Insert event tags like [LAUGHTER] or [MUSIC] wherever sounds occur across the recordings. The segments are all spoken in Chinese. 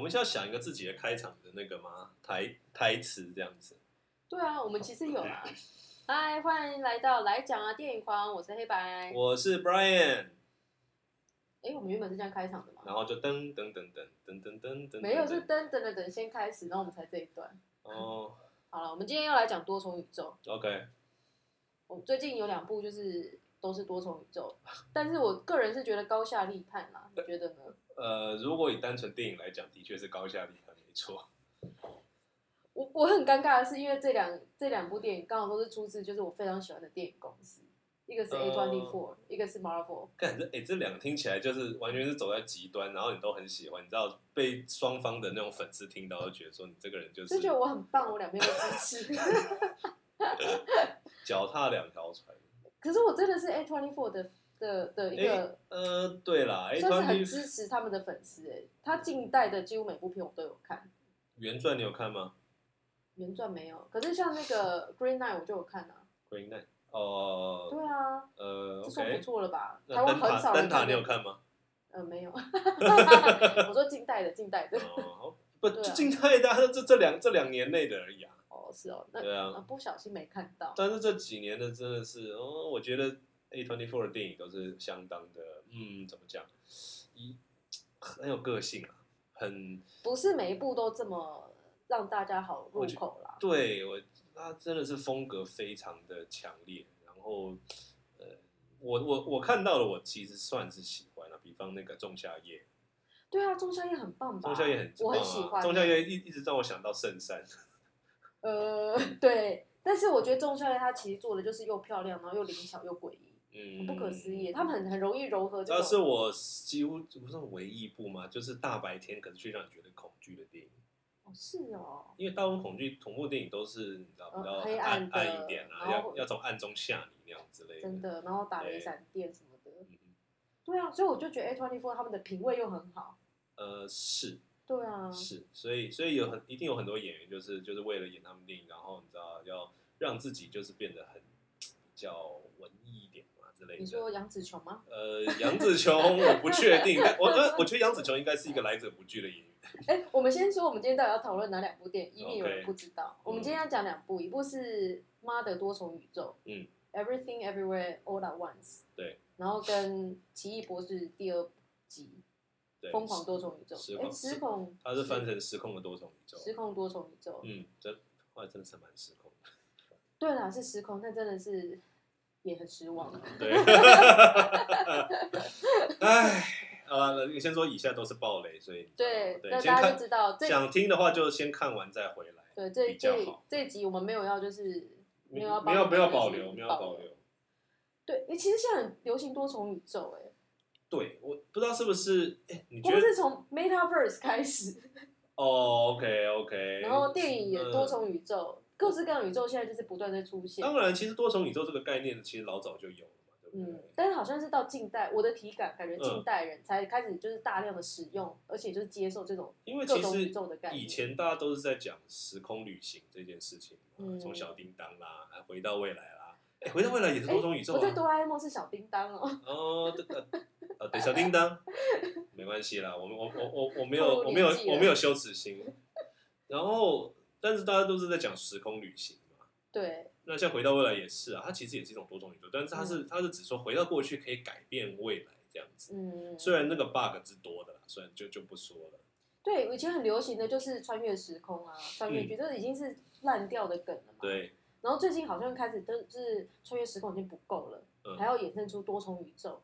们是要想一个自己的开场的那个吗？台台词这样子。对啊，我们其实有啊。嗨，欢迎来到来讲啊电影狂，我是黑白。我是 Brian，哎，我们原本是这样开场的嘛？然后就噔噔噔噔噔噔噔噔，没有，是噔噔噔噔先开始，然后我们才这一段。哦好了，我们今天要来讲多重宇宙。 ，OK，我最近有两部就是都是多重宇宙，但是我个人是觉得高下立判啦，你觉得呢？呃，如果以单纯电影来讲，的确是高下立判，没错。我我很尴尬的是，因为这两这两部电影刚好都是出自就是我非常喜欢的电影公司，一个是 A 哦 twenty four，一个是 Marvel。感觉哎，这两个听起来就是完全是走在极端，然后你都很喜欢，你知道被双方的那种粉丝听到，就觉得说你这个人就是就觉得我很棒，我两边都支持。 [LAUGHS] 脚踏两条船。可是我真的是 A twenty four 的的的一个，呃，对啦，哎，算是很 Twenty 支持他们的粉丝哎、他近代的几乎每部片我都有看，原传你有看吗原传没有，可是像那个 Green Knight 我就有看啊。 ？Green Knight，哦，对啊，呃这算不，OK，错了吧？台那湾呃灯很塔少人灯塔看你有的看 [LAUGHS] 吗？呃，[LAUGHS] 没有。我说近代的，近代的。哦，不，对啊就近代的啊，这这两这两年内的而已啊。 [LAUGHS] 哦，是哦，那、对呃啊，不小心没看到。但是这几年的真的是，哦，我觉得 A twenty four 的电影都是相当的，嗯，怎么讲，一很有个性啊，很不是每一部都这么让大家好入口啦。对我，他真的是风格非常的强烈。然后，呃，我我我看到了，我其实算是喜欢了、啊比方那个《仲夏夜》，对啊，仲夏夜很棒吧？仲夏夜很我棒很啊喜欢。欸仲夏夜一一直让我想到圣山， [LAUGHS] 呃， [LAUGHS] 对，但是我觉得仲夏夜他其实做的就是又漂亮，然后又灵巧又诡异，嗯，很不可思议。他们很很容易融合这那是种。我几乎不是唯一一部嘛，就是大白天可是却让你觉得恐惧的电影，哦是哦，因为大部分恐惧恐怖电影都是你知道比较嗯黑暗暗的暗一点啊，然后要要从暗中吓你那样之类的。真的。然后打雷对闪电什么的，嗯，嗯对啊，所以我就觉得 A twenty four 他们的品味又很好。呃，是对啊，是，所以所以有很一定有很多演员就是就是为了演他们电影，然后你知道要让自己就是变得很嗯比较文艺一点嘛之类的。你说杨紫琼吗？呃，杨紫琼我不确定，但我呃我觉得杨紫琼应该是一个来者不拒的演员。哎，我们先说我们今天到底要讨论哪两部电影，以免有人 OK 不知道。我们今天要讲两部，一部是《妈的多重宇宙》，嗯，Everything Everywhere All at Once，对，然后跟《奇异博士》第二集对， 《疯狂多重宇宙失》，哎，控失控，它是翻成失控的多重宇宙。失控多重宇宙。嗯，这后来真的是蛮失控的。对啦，是失控，但真的是也很失望。 [LAUGHS] 对，哎，好了，你先说以下都是暴雷，所以对，对，那先大家就看知道这想听的话就先看完再回来，对这比较这好这集我们没有要就是没有要没有没有帮你们就是保留，没有保留。对，诶其实现在很流行多重宇宙，哎，对，我不知道是不是，哎，你我觉们得？是从 MetaVerse 开始。哦，OK OK。然后电影也嗯多重宇宙，各式各样的宇宙现在就是不断在出现。当然，其实多重宇宙这个概念其实老早就有了嘛，对不嗯对？，但是好像是到近代，我的体感感觉嗯近代人才开始就是大量的使用，而且就是接受这种因为各其种宇实宙的概念。以前大家都是在讲时空旅行这件事情嘛，嗯从小叮当啦，啊回到未来啦，哎，回到未来也是多重宇宙我在啊。哆啦 A 梦是小叮当哦，哦，对呃呃，对，小叮当， [LAUGHS] 没关系啦，我们我我我我没有透露我没有年纪了我没有羞耻心。然后，但是大家都是在讲时空旅行嘛。对，那像回到未来也是啊，它其实也是一种多重宇宙，但是它是它是只说回到过去可以改变未来这样子。嗯， [LAUGHS] 虽然那个 bug 是多的啦，虽然就就不说了。对以前很流行的就是穿越时空啊，穿越剧，这已经是烂掉的梗了嘛。。嗯对，然后最近好像开始都是穿越时空已经不够了，嗯还要衍生出多重宇宙。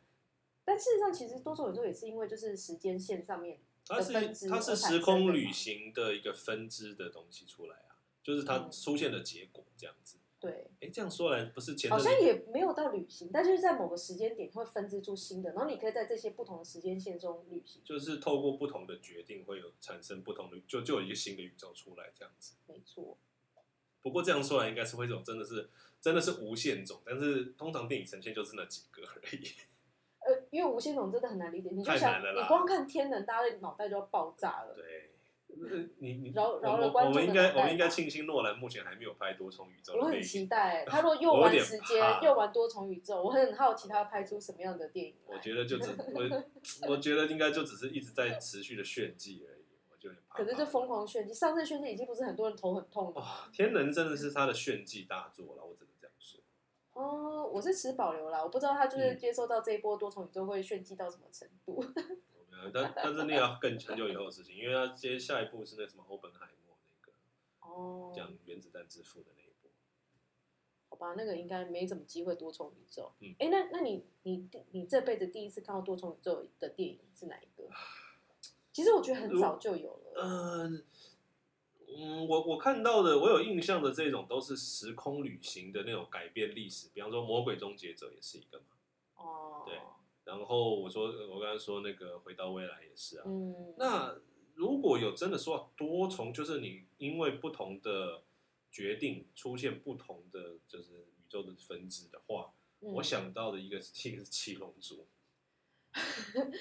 但事实上，其实多重宇宙也是因为就是时间线上面它是分支它是而产生时的空嘛旅行的一个分支的东西出来啊，就是它嗯出现的结果这样子。对，哎，这样说来不是前好阵像子也没有到旅行，但就是在某个时间点它会分支出新的，然后你可以在这些不同的时间线中旅行。就是透过不同的决定会有产生不同的，就就有一个新的宇宙出来这样子。没错，不过这样说来，应该是会这种真的是真的是无限种，但是通常电影呈现就是那几个而已。 [LAUGHS] 呃，因为无限种真的很难理解，你就太想难了啦你光看天能，大家的脑袋就要爆炸了。对，呃你你饶饶了我观我众们应的该脑我袋们应该吧庆幸诺兰目前还没有拍多重宇宙我的很电期影。 [LAUGHS] 待、他如果又我有玩点时间怕，又玩多重宇宙，我很好奇他会拍出什么样的电影来。我觉得就只我我觉得应该就只是一直在持续的炫技而已。我有点怕怕可的。是就疯狂炫技，上次炫技已经不是很多人头很痛了。哇，天能真的是他的炫技大作了，我只能这样说。哦，我是持保留啦，我不知道他就是嗯接受到这一波多重宇宙会炫技到什么程度。呃但但是那个要更很久以后的事情，因为他接下一步是那什么欧本海默那个哦，讲原子弹之父的那一部，好吧，那个应该没什么机会多重宇宙。嗯哎、那那你你你这辈子第一次看到多重宇宙的电影是哪一个？其实我觉得很早就有了。呃，嗯，我我看到的，我有印象的这种都是时空旅行的那种改变历史，比方说《魔鬼终结者》也是一个嘛。哦，对然后我说，呃我刚才说那个《回到未来》也是啊。嗯，那如果有真的说到多重，就是你因为不同的决定出现不同的就是宇宙的分支的话，嗯我想到的一个是一个是七龙珠。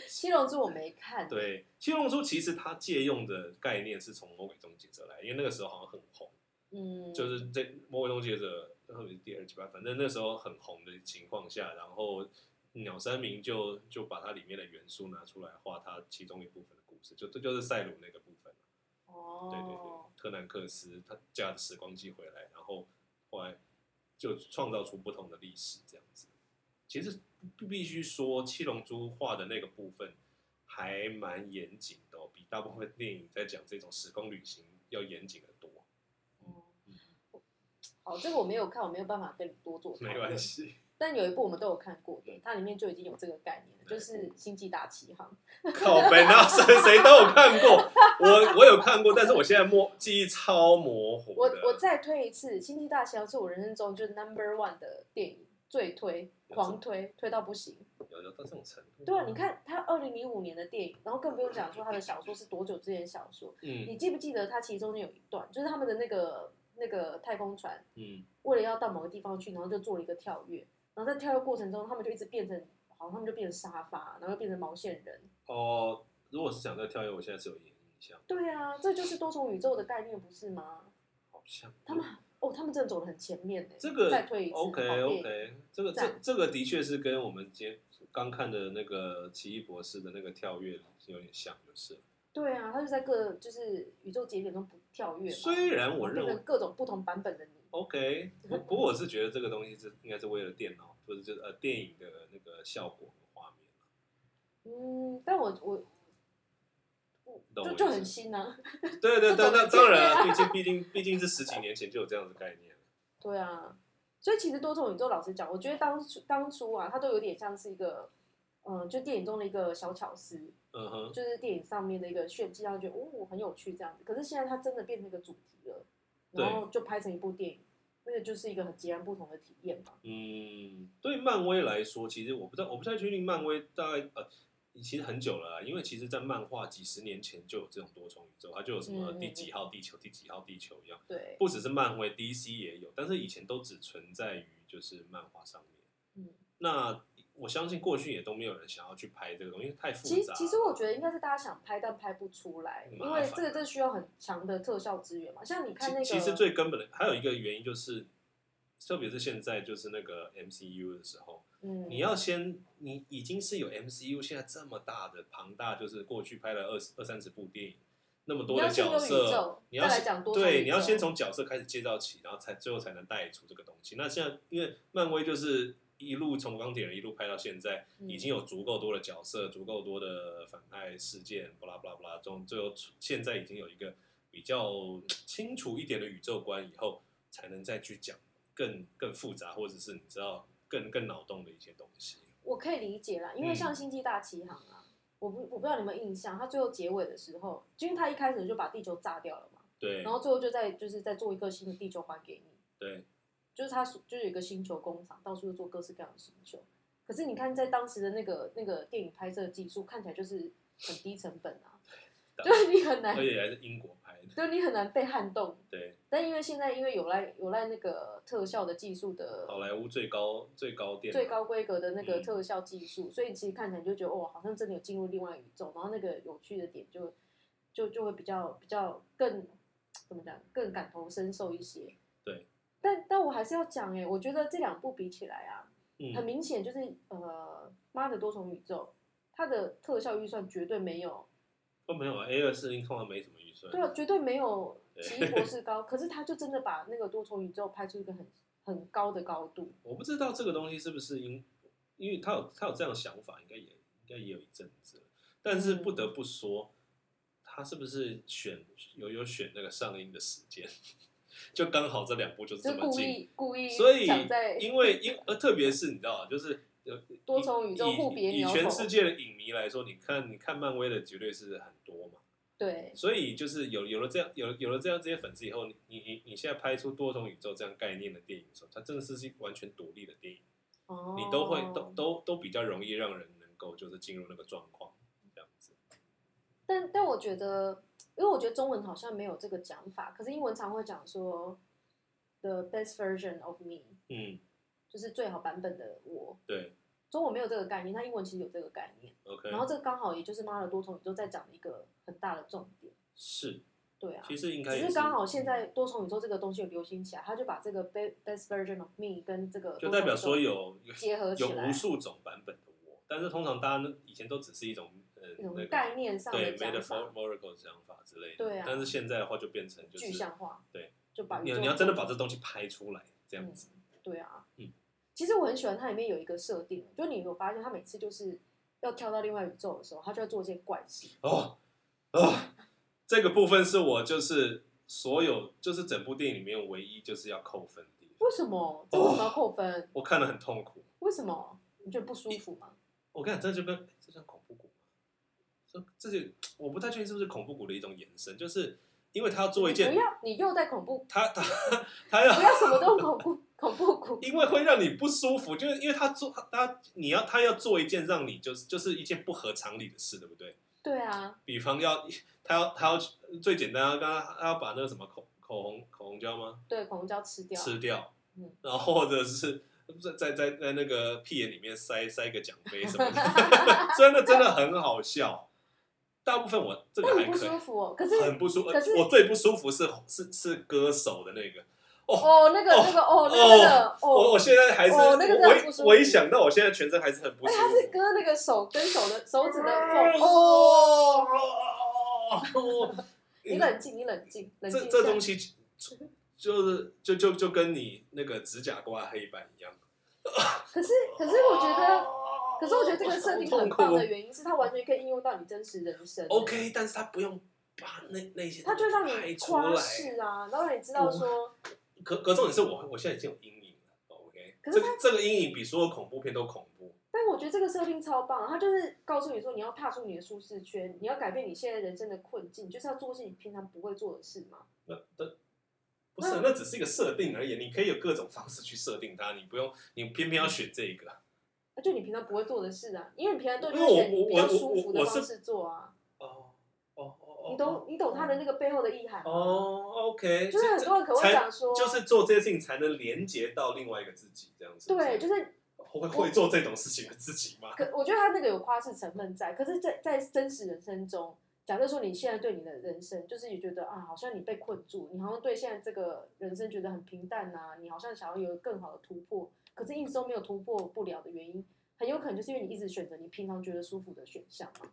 七龙珠我没看，，对，七龙珠其实它借用的概念是从《魔鬼终结者》来，因为那个时候好像很红，嗯，就是在《魔鬼终结者》特别是第二集吧，反正那时候很红的情况下，然后鸟山明就就把它里面的元素拿出来画它其中一部分的故事，就这就是赛鲁那个部分。哦，对对对，特南克斯他驾着时光机回来，然后后来就创造出不同的历史这样子。其实必必须说，《七龙珠》画的那个部分还蛮严谨的、哦，比大部分电影在讲这种时空旅行要严谨的多。嗯好，这个我没有看，我没有办法跟你多做讨没论关。 [LAUGHS] 系，但有一部我们都有看过的嗯，它里面就已经有这个概念了，哪一部就是《星际大奇航靠北那谁谁都有看过，我我有看过，但是我现在默记忆超模》糊的。我我再推一次，《星际大奇航》是我人生中就是 number one 的电影，最推，狂推，推到不行。有有到这种程度？对啊，你，看他二零零五年的电影，然后更不用讲说他的小说是多久之前的小说。嗯你记不记得他其中有一段，就是他们的那个那个太空船，嗯，为了要到某个地方去，然后就做了一个跳跃，然后在跳跃过程中，他们就一直变成，好像他们就变成沙发，然后又变成毛线人。哦，如果是讲这跳跃，我现在是有印象，对啊，这就是多重宇宙的概念，不是吗？好像他们哦，他们真的走的很前面呢。这个再推一次 OK 好电影 OK，这个这赞这个的确是跟我们今天刚看的那个《奇异博士》的那个跳跃有点像，就是。对啊，他就在各就是宇宙节点中不跳跃嘛，哦虽然我变认为成各种不同版本的你。 OK，不不过我是觉得这个东西是应该是为了电脑，不是就是呃电影的那个效果和画面。嗯，但我我我懂就我就意思很新啊。对对这对，种那当很前然 [LAUGHS] 啊，毕竟毕竟毕竟是十几年前就有这样的概念了。对啊，所以其实多重宇宙，老实讲，我觉得当初当初啊，它都有点像是一个，嗯、就电影中的一个小巧思，嗯哼，就是电影上面的一个炫技，让人觉得哦很有趣这样子。可是现在它真的变成一个主题了，然后就拍成一部电影，那个就是一个很截然不同的体验嘛。嗯，对漫威来说，其实我不知道，我不太确定漫威大概呃，其实很久了啦，因为其实，在漫画几十年前就有这种多重宇宙，它就有什么嗯嗯第几号地球、第几号地球一样，对，不只是漫威，DC 也有，但是以前都只存在于就是漫画上面。嗯，那我相信过去也都没有人想要去拍这个东西，因为太复其杂实了。其实我觉得应该是大家想拍，但拍不出来，因麻为烦啊这个这需要很强的特效资源嘛。像你看那个，其其实最根本的还有一个原因就是，特别是现在就是那个 MCU 的时候，嗯，你要先，你已经是有 MCU 现在这么大的庞大，就是过去拍了二十二三十部电影，那么多的角你要先有宇宙色，你要再来先讲多重宇宙对，你要先从角色开始介绍起，然后才最后才能带出这个东西。那现在因为漫威就是一路从钢铁人一路拍到现在，嗯已经有足够多的角色，足够多的反派事件，巴拉巴拉巴拉，中最后出现在已经有一个比较嗯清楚一点的宇宙观以后，才能再去讲更更复杂，或者是你知道更更脑洞的一些东西。我可以理解啦，因为嗯像《星际大奇航》啊，我不我不知道你们有没有印象，它最后结尾的时候，就因为它一开始就把地球炸掉了嘛，对然后最后就在就是在做一个新的地球还给你，对，就是它就是有一个星球工厂，到处都做各式各样的星球。可是你看，在当时的那个那个电影拍摄技术，看起来就是很低成本 [LAUGHS] 啊，就是你很难而，且还是英国拍的，就是你很难被撼动。对，但因为现在因为有赖有赖那个特效的技术的好莱坞最高最高点最高规格的那个嗯特效技术，所以其实看起来你就觉得哦，好像真的有进入另外宇宙，然后那个有趣的点就就就会比较比较更怎么讲，更感同身受一些。对，但但我还是要讲哎、我觉得这两部比起来啊，很嗯，明显就是呃，妈的多重宇宙，它的特效预算绝对没有哦，没有啊，A 二四零通常没什么预算。对啊，绝对没有对奇异博士高，可是他就真的把那个多重宇宙拍出一个很很高的高度。我不知道这个东西是不是因，因为他有他有这样的想法，应该也应该也有一阵子了。但嗯是不得不说，他是不是选有有选那个上映的时间， [LAUGHS] 就刚好这两部就是就这是么故近，意故意所以想在因为因呃特别是你知道，就是有多重宇宙以互别以鸟全手世界的影迷来说，你看你看漫威的绝对是很多嘛，对所以就是有有了这样有有了这样这些粉丝以后，你你你你现在拍出多重宇宙这样概念的电影的时候，它真的是一完全独立的电影。哦，你都会都都都比较容易让人能够就是进入那个状况这样子。但但我觉得，因为我觉得中文好像没有这个讲法，可是英文常会讲说 the best version of me，嗯，就是最好版本的我。对中文没有这个概念，它英文其实有这个概念。 ，OK，然后这个刚好也就是妈的多重宇宙在讲的一个很大的重点，是，对啊。其实应该只也是刚好现在多重宇宙这个东西有流行起来，他就把这个 be- best version of me 跟这个就代表说多重宇有宙结合起有来无数种版本的我，但是通常大家呢以前都只是一种呃一那种个概念上的对讲 metaphor 法 metaphorical 讲法之类的，对啊但是现在的话就变成就是具象化，对，就把宇你宙你要真的把这东西拍出来这样子，对啊，嗯，其实我很喜欢它里面有一个设定，就你有发现它每次就是要跳到另外宇宙的时候，它就要做一些怪事。哦哦，这个部分是我就是所有就是整部电影里面唯一就是要扣分的地方，为什么？这为哦什么要扣分？我看得很痛苦。为什么？你觉得不舒服吗？我跟你讲，这就跟这算恐怖谷吗？这这些我不太确定是不是恐怖谷的一种延伸，就是因为他要做一你件不，要，你又在恐怖，他他他不要，要什么都恐怖恐 [LAUGHS] 怖谷。因为会让你不舒服，就是因为他做他他你要他要做一件让你就是就是一件不合常理的事，对不对？对啊，比方要他要他要最简单，他刚刚他要把那个什么口口红口红胶吗对，恐龙胶吃掉，吃掉嗯，然后或者是。在在在在那个屁眼里面塞塞个奖杯什么 [LAUGHS] 的，真的真的很好笑。大部分我这个但还你不可以舒，服哦。可是很不舒服。呃可是我最不舒服是是是歌手的那个，哦，那个哦那个哦，那个那个我哦我，现在还是、哦那个真的我不舒一服我一想到我现在全身还是很不哎，舒他是服。割那个手跟手的手指的缝。哦哦哦！ [LAUGHS] 你冷静，你冷静，冷静这一这下。东西就是就就就跟你那个指甲刮黑板一样。可是可是我觉得。哦可是我觉得这个设定很棒的原因是，它完全可以应用到你真实人生。哦 OK，但是他不用把那那些它就让排你出夸来。饰啊，然后让你知道说，可可重点是我我现在已经有阴影了。OK，可这是个这个阴影比所有恐怖片都恐怖。但我觉得这个设定超棒，啊它就是告诉你说，你要踏出你的舒适圈，你要改变你现在人生的困境，就是要做一些你平常不会做的事嘛。那那不嗯是，那只是一个设定而已，你可以有各种方式去设定它，你不用，你偏偏要选这个。那就你平常不会做的事啊，因为你平常都因就为是我选你比较我我舒服的我是方式做啊。哦哦哦你懂你懂它的那个背后的意涵吗？哦，OK，就是很多人可能会才讲说，就是做这些事情才能连接到另外一个自己，这样子。对，就是会会做这种事情的自己吗？可我觉得他那个有夸饰成分在，可是在，在真实人生中，假设说你现在对你的人生，就是也觉得啊，好像你被困住，你好像对现在这个人生觉得很平淡呐、你好像想要有更好的突破，可是一直都没有突破不了的原因，很有可能就是因为你一直选择你平常觉得舒服的选项嘛。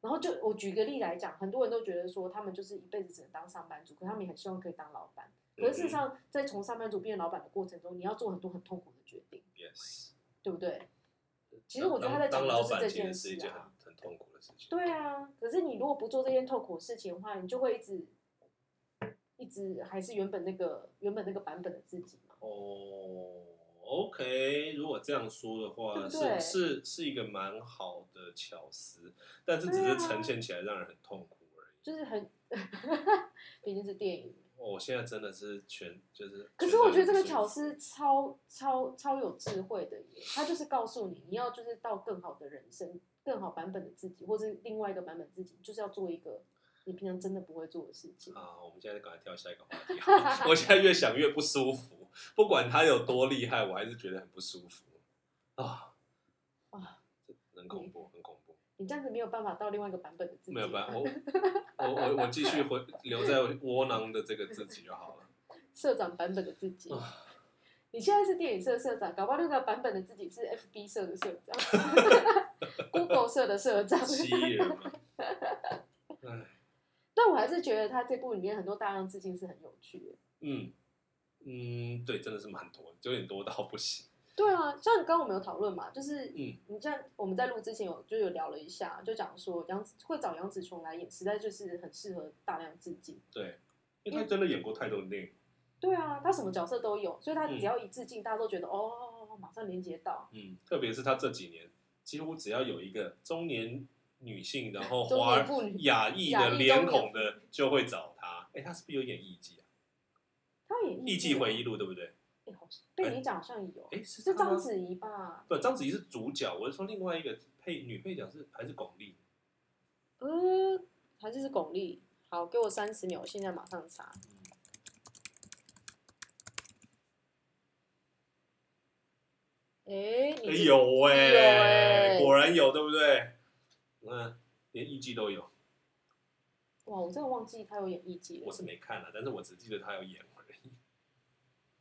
然后就我举个例来讲，很多人都觉得说他们就是一辈子只能当上班族，可他们也很希望可以当老板。可嗯是事实上，在从上班族变老板的过程中，你要做很多很痛苦的决定，嗯 Yes，对不对？其实我觉得他在当当讲老的就是这板其件实是一事件很啊。很痛苦的事情。对啊，可是你如果不做这件痛苦的事情的话，你就会一直一直还是原本那个原本那个版本的自己嘛。哦，OK，如果这样说的话，对不对是是是一个蛮好的巧思，但是只对啊是呈现起来让人很痛苦而已。哦就是很， [LAUGHS] 毕竟是电影。我、现在真的是全就是，可是全身我觉得这个不舒服巧思超超超有智慧的耶，他就是告诉你，你要就是到更好的人生、更好版本的自己，或是另外一个版本自己，就是要做一个你平常真的不会做的事情。啊，我们现在赶快跳下一个话题好了。 [LAUGHS] 我现在越想越不舒服，不管他有多厉害，我还是觉得很不舒服啊啊，这很恐怖，很恐怖。你这样子没有办法到另外一个版本的自己。啊没有办法，我我我我继续回留在窝囊的这个自己就好了。社长版本的自己啊。你现在是电影社社长，搞不好那个版本的自己是 [LAUGHS] FB 社的社长，Google 社的社长。 [LAUGHS] 蜥蜴人嘛，还是觉得他这部里面很多大量致敬是很有趣的。嗯嗯，对，真的是蛮多，有点多到不行。对啊，像刚刚我们有讨论嘛，就是嗯你像我们在录之前有就有聊了一下，就讲说杨紫会找杨紫琼来演，实在就是很适合大量致敬。对，因为他真的演过太多电影。对啊，他什么角色都有，所以他嗯只要一致敬，大家都觉得哦，马上连接到。嗯，特别是他这几年，几乎只要有一个中年女性，然后中华年妇女亚裔亚的裔脸中年孔妇的，就会找他。哎，他是不是有演艺妓啊？他也艺妓回忆录对不对？哎，好像被你讲好像有，哎，是是他吗章子怡吧？不，章子怡是主角，我是说另外一个配女配角是还是巩俐。呃，还是是巩俐。好，给我三十秒，现在马上查。嗯哎，哎你这有有哎，哎果然有对不对？嗯，连艺妓都有，哇，我真的忘记他有演艺伎我了，是没看啊了，但是我只记得他有演而已。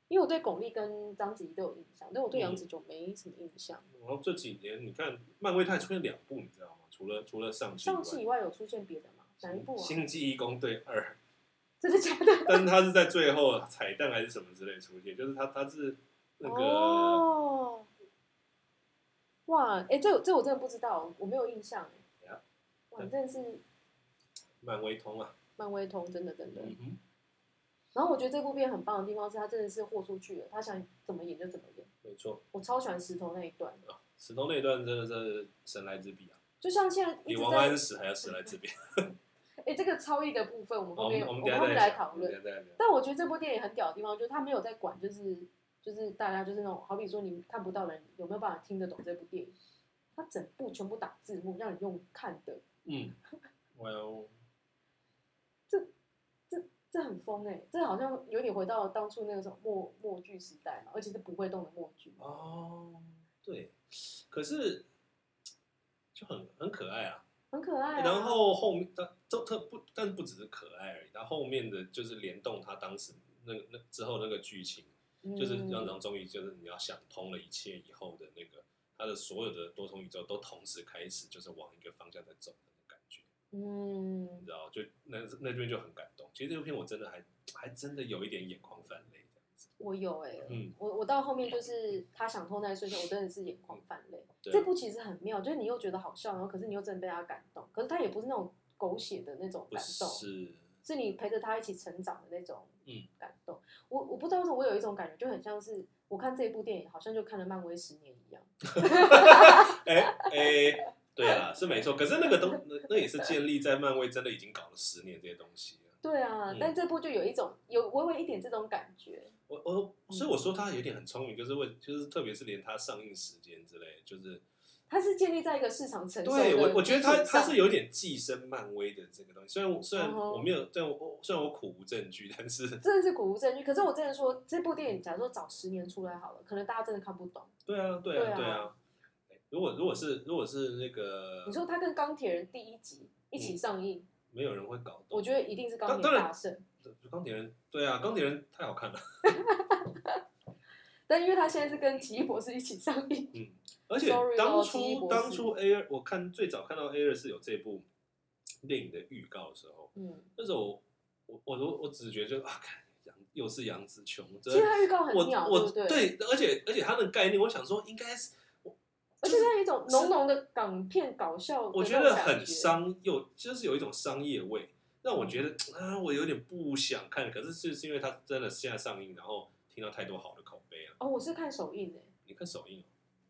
因为我对巩俐跟章子怡都有印象，但我对嗯杨紫琼没什么印象。然后这几年你看，漫威它还出现两部，你知道吗？除了除了上期以上戏外，以外有出现别的吗？哪一部啊？星际义工队二》。 [LAUGHS] 真的假的？但是他是在最后彩蛋还是什么之类出现，就是他他是那个、哦，哇，哎，这这我真的不知道，我没有印象哎 Yeah。嗯哇，你真的是漫威通啊，漫威通，真的真的。嗯哼，然后我觉得这部片很棒的地方是，他真的是豁出去了，他想怎么演就怎么演。没错我超喜欢石头那一段，啊，石头那一段真的是神来之笔啊，就像现在一比直王在安石还要神来之笔。哎，这个超意的部分，我们好后我们面哦我我们们等一后下面再来讲讨论我。们等一下再聊。但我觉得这部电影很屌的地方，就是他没有在管，就是就是大家就是那种，好比说你看不到的人有没有办法听得懂这部电影，他整部全部打字幕，让你用看的，嗯，well，这很疯哎、这好像有点回到当初那个什么默默剧时代嘛，而且是不会动的默剧。哦，对，可是就很很可爱啊。很可爱、啊。然后后面他都特不，但不只是可爱而已，他后面的就是联动他当时那个那之后那个剧情。就是让嗯、杨终于就是你要想通了一切以后的那个，他的所有的多重宇宙都同时开始，就是往一个方向在走的感觉，你嗯，知道？就那那边就很感动。其实这部片我真的还还真的有一点眼眶泛泪这样子。我有哎、嗯，我我到后面就是他想通那一瞬间，我真的是眼眶泛泪。对啊这部其实很妙，就是你又觉得好笑，然后可是你又真的被他感动，可是他也不是那种狗血的那种不感动，是，是你陪着他一起成长的那种嗯感动。我我不知道为什么我有一种感觉，就很像是我看这部电影，好像就看了漫威十年一样。哎哎，对啦，是没错。可是那个东那那也是建立在漫威真的已经搞了十年这些东西了。对啊，嗯但这部就有一种有微微一点这种感觉。我我所以我说他有点很聪明，就是为就是特别是连他上映时间之类，就是它是建立在一个市场承受的对我，我觉得他基础他上是有点寄生漫威的这个东西，虽然我虽然嗯哼我没有，但我我虽然我苦无证据，但是真的是古无证据。可是我真的说，这部电影假如说早十年出来好了，可能大家真的看不懂。对啊，对啊，对啊对啊。如果如果是如果是那个，你说它跟钢铁人第一集一起上映，没有人会搞懂，我觉得一定是钢嗯当铁当然大胜。得钢铁人对啊，钢铁人太好看了，但因为它现在是跟奇异博士一起上映，嗯，而且 Sorry 咯当奇异初博士当初 A 我看最早看到 A 二是有这部电影的预告的时候， [LAUGHS] 嗯，那时候我我我我只觉得就啊，看杨又是杨紫琼，其真实的它预告很我鸟，我不对？而且而且它的概念，我想说应该是。我而且它有一种浓浓的港片搞笑的那种我感觉觉得很。商，有就是有一种商业味，让我觉得嗯啊，我有点不想看。可是是是因为它真的现在上映，然后听到太多好的口碑了。哦，我是看首映诶、你看首映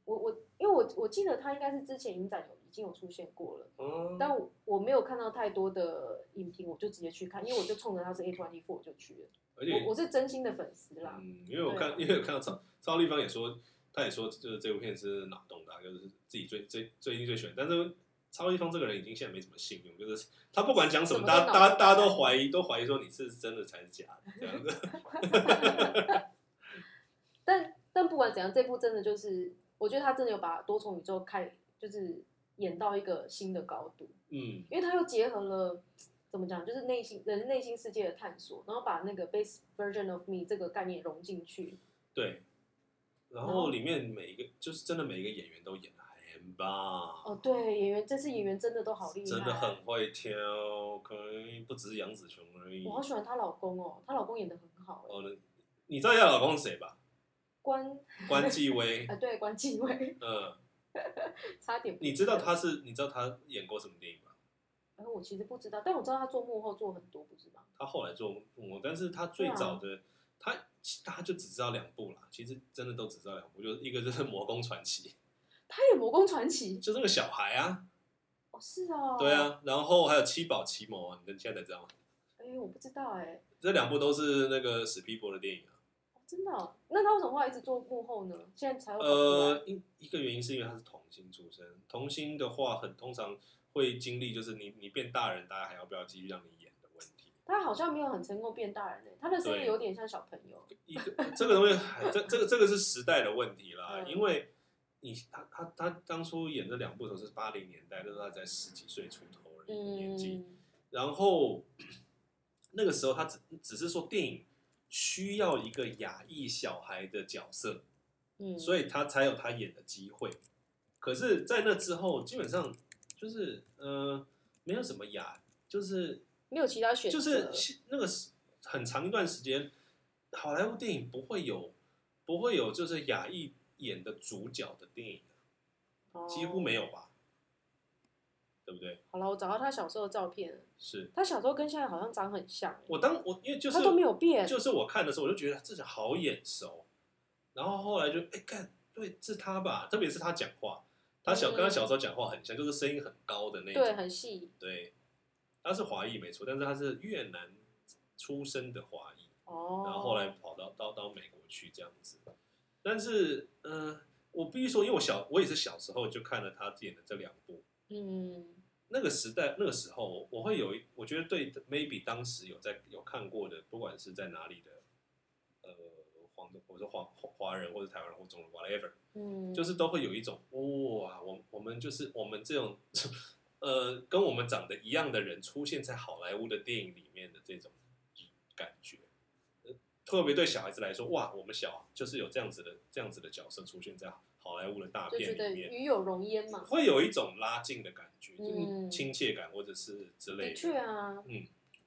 我我因为我我记得它应该是之前影展有已经有出现过了。哦，嗯，但我我没有看到太多的影评，我就直接去看，因为我就冲着它是 A twenty four 我就去了。而且我我是真心的粉丝啦，嗯，因为我对看啊因为我看到赵赵立芳也说，他也说就是这部片是脑洞大，就是自己最最最近最喜欢，但是。超立方这个人已经现在没什么信用，就是他不管讲什么，什么大家都大脑家洞大家大都开怀疑，都怀疑说你是真的才是假的这样子。 [LAUGHS] 但但不管怎样，这部真的就是，我觉得他真的有把多重宇宙开，就是演到一个新的高度，嗯，因为他又结合了怎么讲，就是内心人内心世界的探索，然后把那个 base version of me 这个概念融进去，对，然然后哦后里面每一个就是真的每一个演员都演的很吧，哦，对，演员这次演员真的都好厉害，真的很会挑，可能不只是杨紫琼而已。我好喜欢她老公哦，她老公演的很好哎，哦，那你知道她老公是谁吧？关关继威啊、。对关继威，嗯，差点不你知道记得他是，你知道他演过什么电影吗？呃，我其实不知道，但我知道他做幕后做很多，不是吗？他后来做我，但是他最早的他他就只知道两部啦，其实真的都只知道两部，就是一个就是《魔宫传奇 [LAUGHS] 他演《魔宫传》，奇》，就那个小孩啊，哦，是哦，对，啊，然后还有《七宝奇谋》啊，你现在才知道吗？哎、我不知道哎、这两部都是那个史皮博的电影啊。哦真的哦、那他为什么会一直做幕后呢？现在才会跑出来呃，一一个原因是因为他是童星出身，童星的话很通常会经历就是你你变大人，大家还要不要继续让你演的问题。他好像没有很成功变大人哎、他的声音对有点像小朋友，一个这个东西，哎这这个这个是时代的问题啦，嗯因为你他他他当初演这两部都是八零年代，那时候他才十几岁出头而已年纪，嗯，然后那个时候他只只是说电影需要一个亚裔小孩的角色，嗯，所以以他才有他演的机会。可是，在那之后，基本上就是呃，没有什么亚，就是没有其他选择，就是那个时很长一段时间，好莱坞电影不会有不会有就是亚裔演的主角的电影，哦几乎没。有吧？对不对？好了，我找到他小时候的照片了，是他小时候跟现在好像长很像欸、我当我因为就是他都没有变，就是我看的时候，我就觉得这己好眼熟，然后后来就哎看、对，是他吧？特别是他讲话，他小、嗯跟他小时候讲话很像，就是声音很高的那种。对，很细对他是华裔没错，但是他是越南出生的华裔，哦。然后后来跑到到到美国去这样子。但是，呃，我必须说，因为我小我也是小时候就看了他演的这两部，嗯，那个时代那个时候，我会有一，我觉得对 maybe 当时有在有看过的，不管是在哪里的，呃，黄我说华华华人或者台湾人或中国 whatever，嗯，就是都会有一种哇，我我们就是我们这种，呃，跟我们长得一样的人出现在好莱坞的电影里面的这种感觉，呃特别对小孩子来说，哇，我们小就是有这样子的这样子的角色出现在好莱坞的大就觉片得里面，与有荣焉嘛。会有一种拉近的感觉，就是嗯亲切感或者是之类的的。嗯确啊，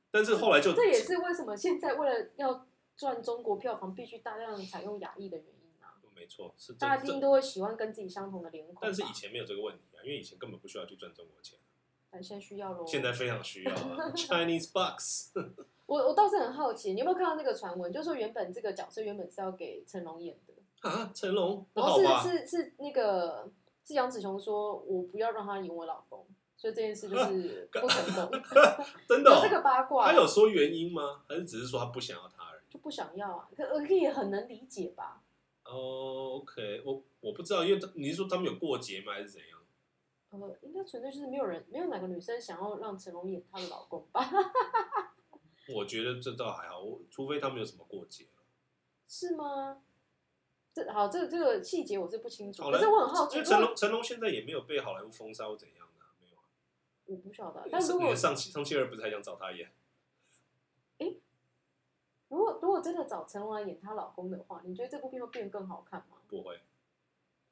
但是后来就这也是为什么现在为了要赚中国票房，必须大量采用亚裔的原因啊。没错，是大真家一定正，都会喜欢跟自己相同的脸孔吧，但是以前没有这个问题啊，因为以前根本不需要去赚中国钱，但现在需要喽。现在非常需要啊 [LAUGHS] ，Chinese box。我我倒是很好奇，你有没有看到那个传闻，就说原本这个角色原本是要给成龙演 [LAUGHS] 的，啊，成龙不然好后吧？哦是是是那个是杨紫琼说，我不要让他演我老公，所以这件事就是不成功。 [LAUGHS] [LAUGHS] 真的哦、有这个八卦，他有说原因吗？还是只是说他不想要他而已？就不想要啊，可可也很能理解吧。哦、o k 我我不知道，因为他你是说他们有过节吗？还是怎样？呃，应该纯粹就是没有人，没有哪个女生想要让成龙演她的老公吧？ [LAUGHS] 我觉得这倒还好，我除非他们有什么过节。是吗？这好，这这个细节我是不清楚，好可了，是我很好奇，因为如成果龙成龙现在也没有被好莱坞封杀或怎样的啊、没有啊。我不晓啊得，但如因果为上期上期二不是还想找他演？如果如果真的找成龙来演她老公的话，你觉得这部片会变得更好看吗？不会，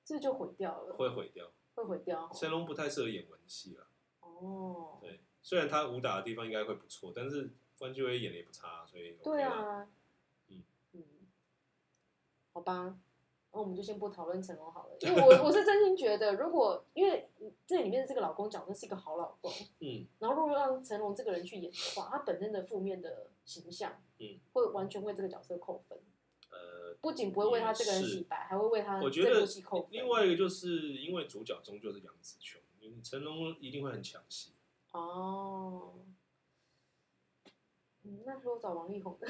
是不是就毁掉了？会毁掉。会毁掉哦成龙不太适合演文戏了。哦。对，虽然他武打的地方应该会不错，但是关继威演的也不差，所以、OK、对，啊，嗯嗯，好吧，那我们就先不讨论成龙好了，因 [LAUGHS] 为我我是真心觉得，如果因为这里面的这个老公讲的是一个好老公，嗯，然后如果让成龙这个人去演的话，他本身的负面的形象，嗯，会完全为这个角色扣分，呃，不仅不会为他这个人也是洗白，还会为他我觉啊这得部戏扣分。另外一个就是因为主角终究是杨紫琼，你成龙一定会很抢戏。哦，嗯，那如果找王力宏呢，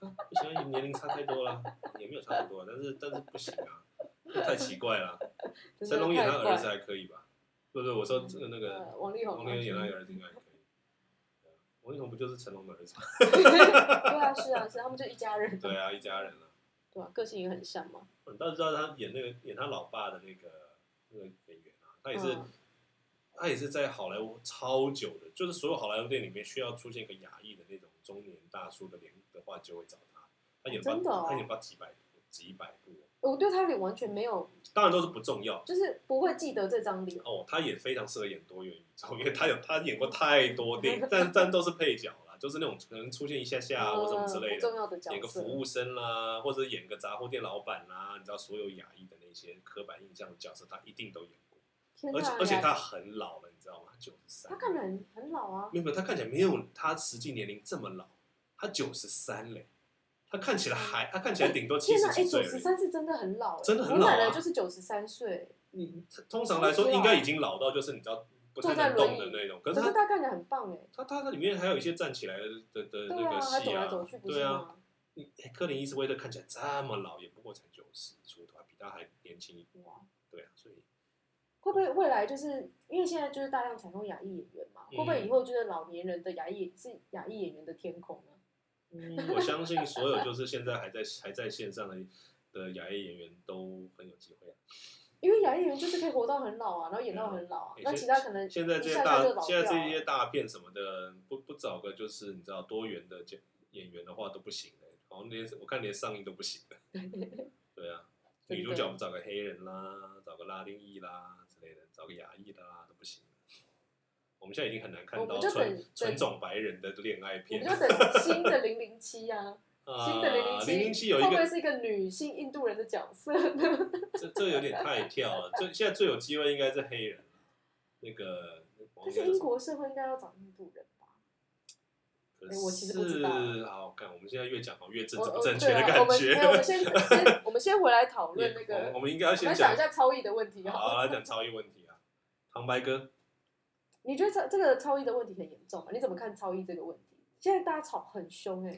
不行，啊你们年龄差太多了，也没有差太多，啊但是但是不行啊，这太奇怪了。 [LAUGHS] 真的成龙演他太怪儿子还可以吧？不是，我说这个那呃个王力宏，啊王力宏演他儿子应该可以。对啊王力宏不就是成龙的儿子吗？ [LAUGHS] 对啊，是啊，是啊他们就一家人，对啊，一家人啊。对啊，个性也很像嘛。你倒是知道他演那个演他老爸的那个那个演员啊，他也是、嗯他也是在好莱坞超久的，就是所有好莱坞电影里面需要出现一个亚裔的那种中年大叔的脸的话，就会找他。他演哦八、真的哦他演八几百部几百部，我对他脸完全没有，当然都是不重要。就是不会记得这张脸。哦，他也非常适合演多元宇宙，因为他有他演过太多电影，但但都是配角啦，就是那种可能出现一下下啊或什么之类嗯不的，重要的角演个色。服务生啦，或者演个杂货店老板啦，你知道所有亚裔的那些刻板印象的角色，他一定都演过，天而且哪而且呀他很老了，你知道吗？九十三，他看起来很很老啊，没有没有，他看起来没有他实际年龄这么老，他九十三嘞，他看起来还他看起来顶多七天十哪，哎，几岁九而十已。三是真的很老欸，真的很我奶老啊奶就是九十三岁，你通常来说应该已经老到就是你知道不太能动的那种，可可是是他他看起来很棒哎，他他他里面还有一些站起来的的的对那啊，个他戏走来走去不对是啊，吗？你哎科林伊斯威特看起来这么老，也不过才九十出头，比他还年轻一点，哇对啊，所以会不会未来就是因为现在就是大量采用亚裔演员嘛？嗯会不会以后就是老年人的亚裔是亚裔演员的天空啊呢？嗯，我相信所有就是现在还在还在线上的的亚裔演员都很有机会啊。因为亚裔演员就是可以活到很老啊，然后演到很老啊，嗯那其他可能现在这些一下大就老掉了现在这些大片什么的，不不找个就是你知道多元的演演员的话都不行的、好像连我看连上映都不行的、对啊，真女的主角我们找个黑人啦，找个拉丁裔啦之类的，找个亚裔的啦都不行。我们现在已经很难看我到们就纯等纯种白人的恋爱我片们。就等 [LAUGHS] 新的零零七啊，啊新的零零零七有会一不会个，是一个女性印度人的角色呢？ [LAUGHS] 这这有点太跳了。最现在最有机会应该是黑人了，那个。但是英国社会应该要找印度人吧？可哎我其实不知道是好，看我们现在越讲好越政我治不我正确对的啊，感我们觉。没 [LAUGHS] 有，我们先先我们先回来讨论我那们个，我们应该要来先讲讲一，下超译的问题啊。好，来讲超 [LAUGHS] 越问题啊。旁白哥，你觉得这这个超译的问题很严重吗？你怎么看超译这个问题？现在大家吵很凶哎、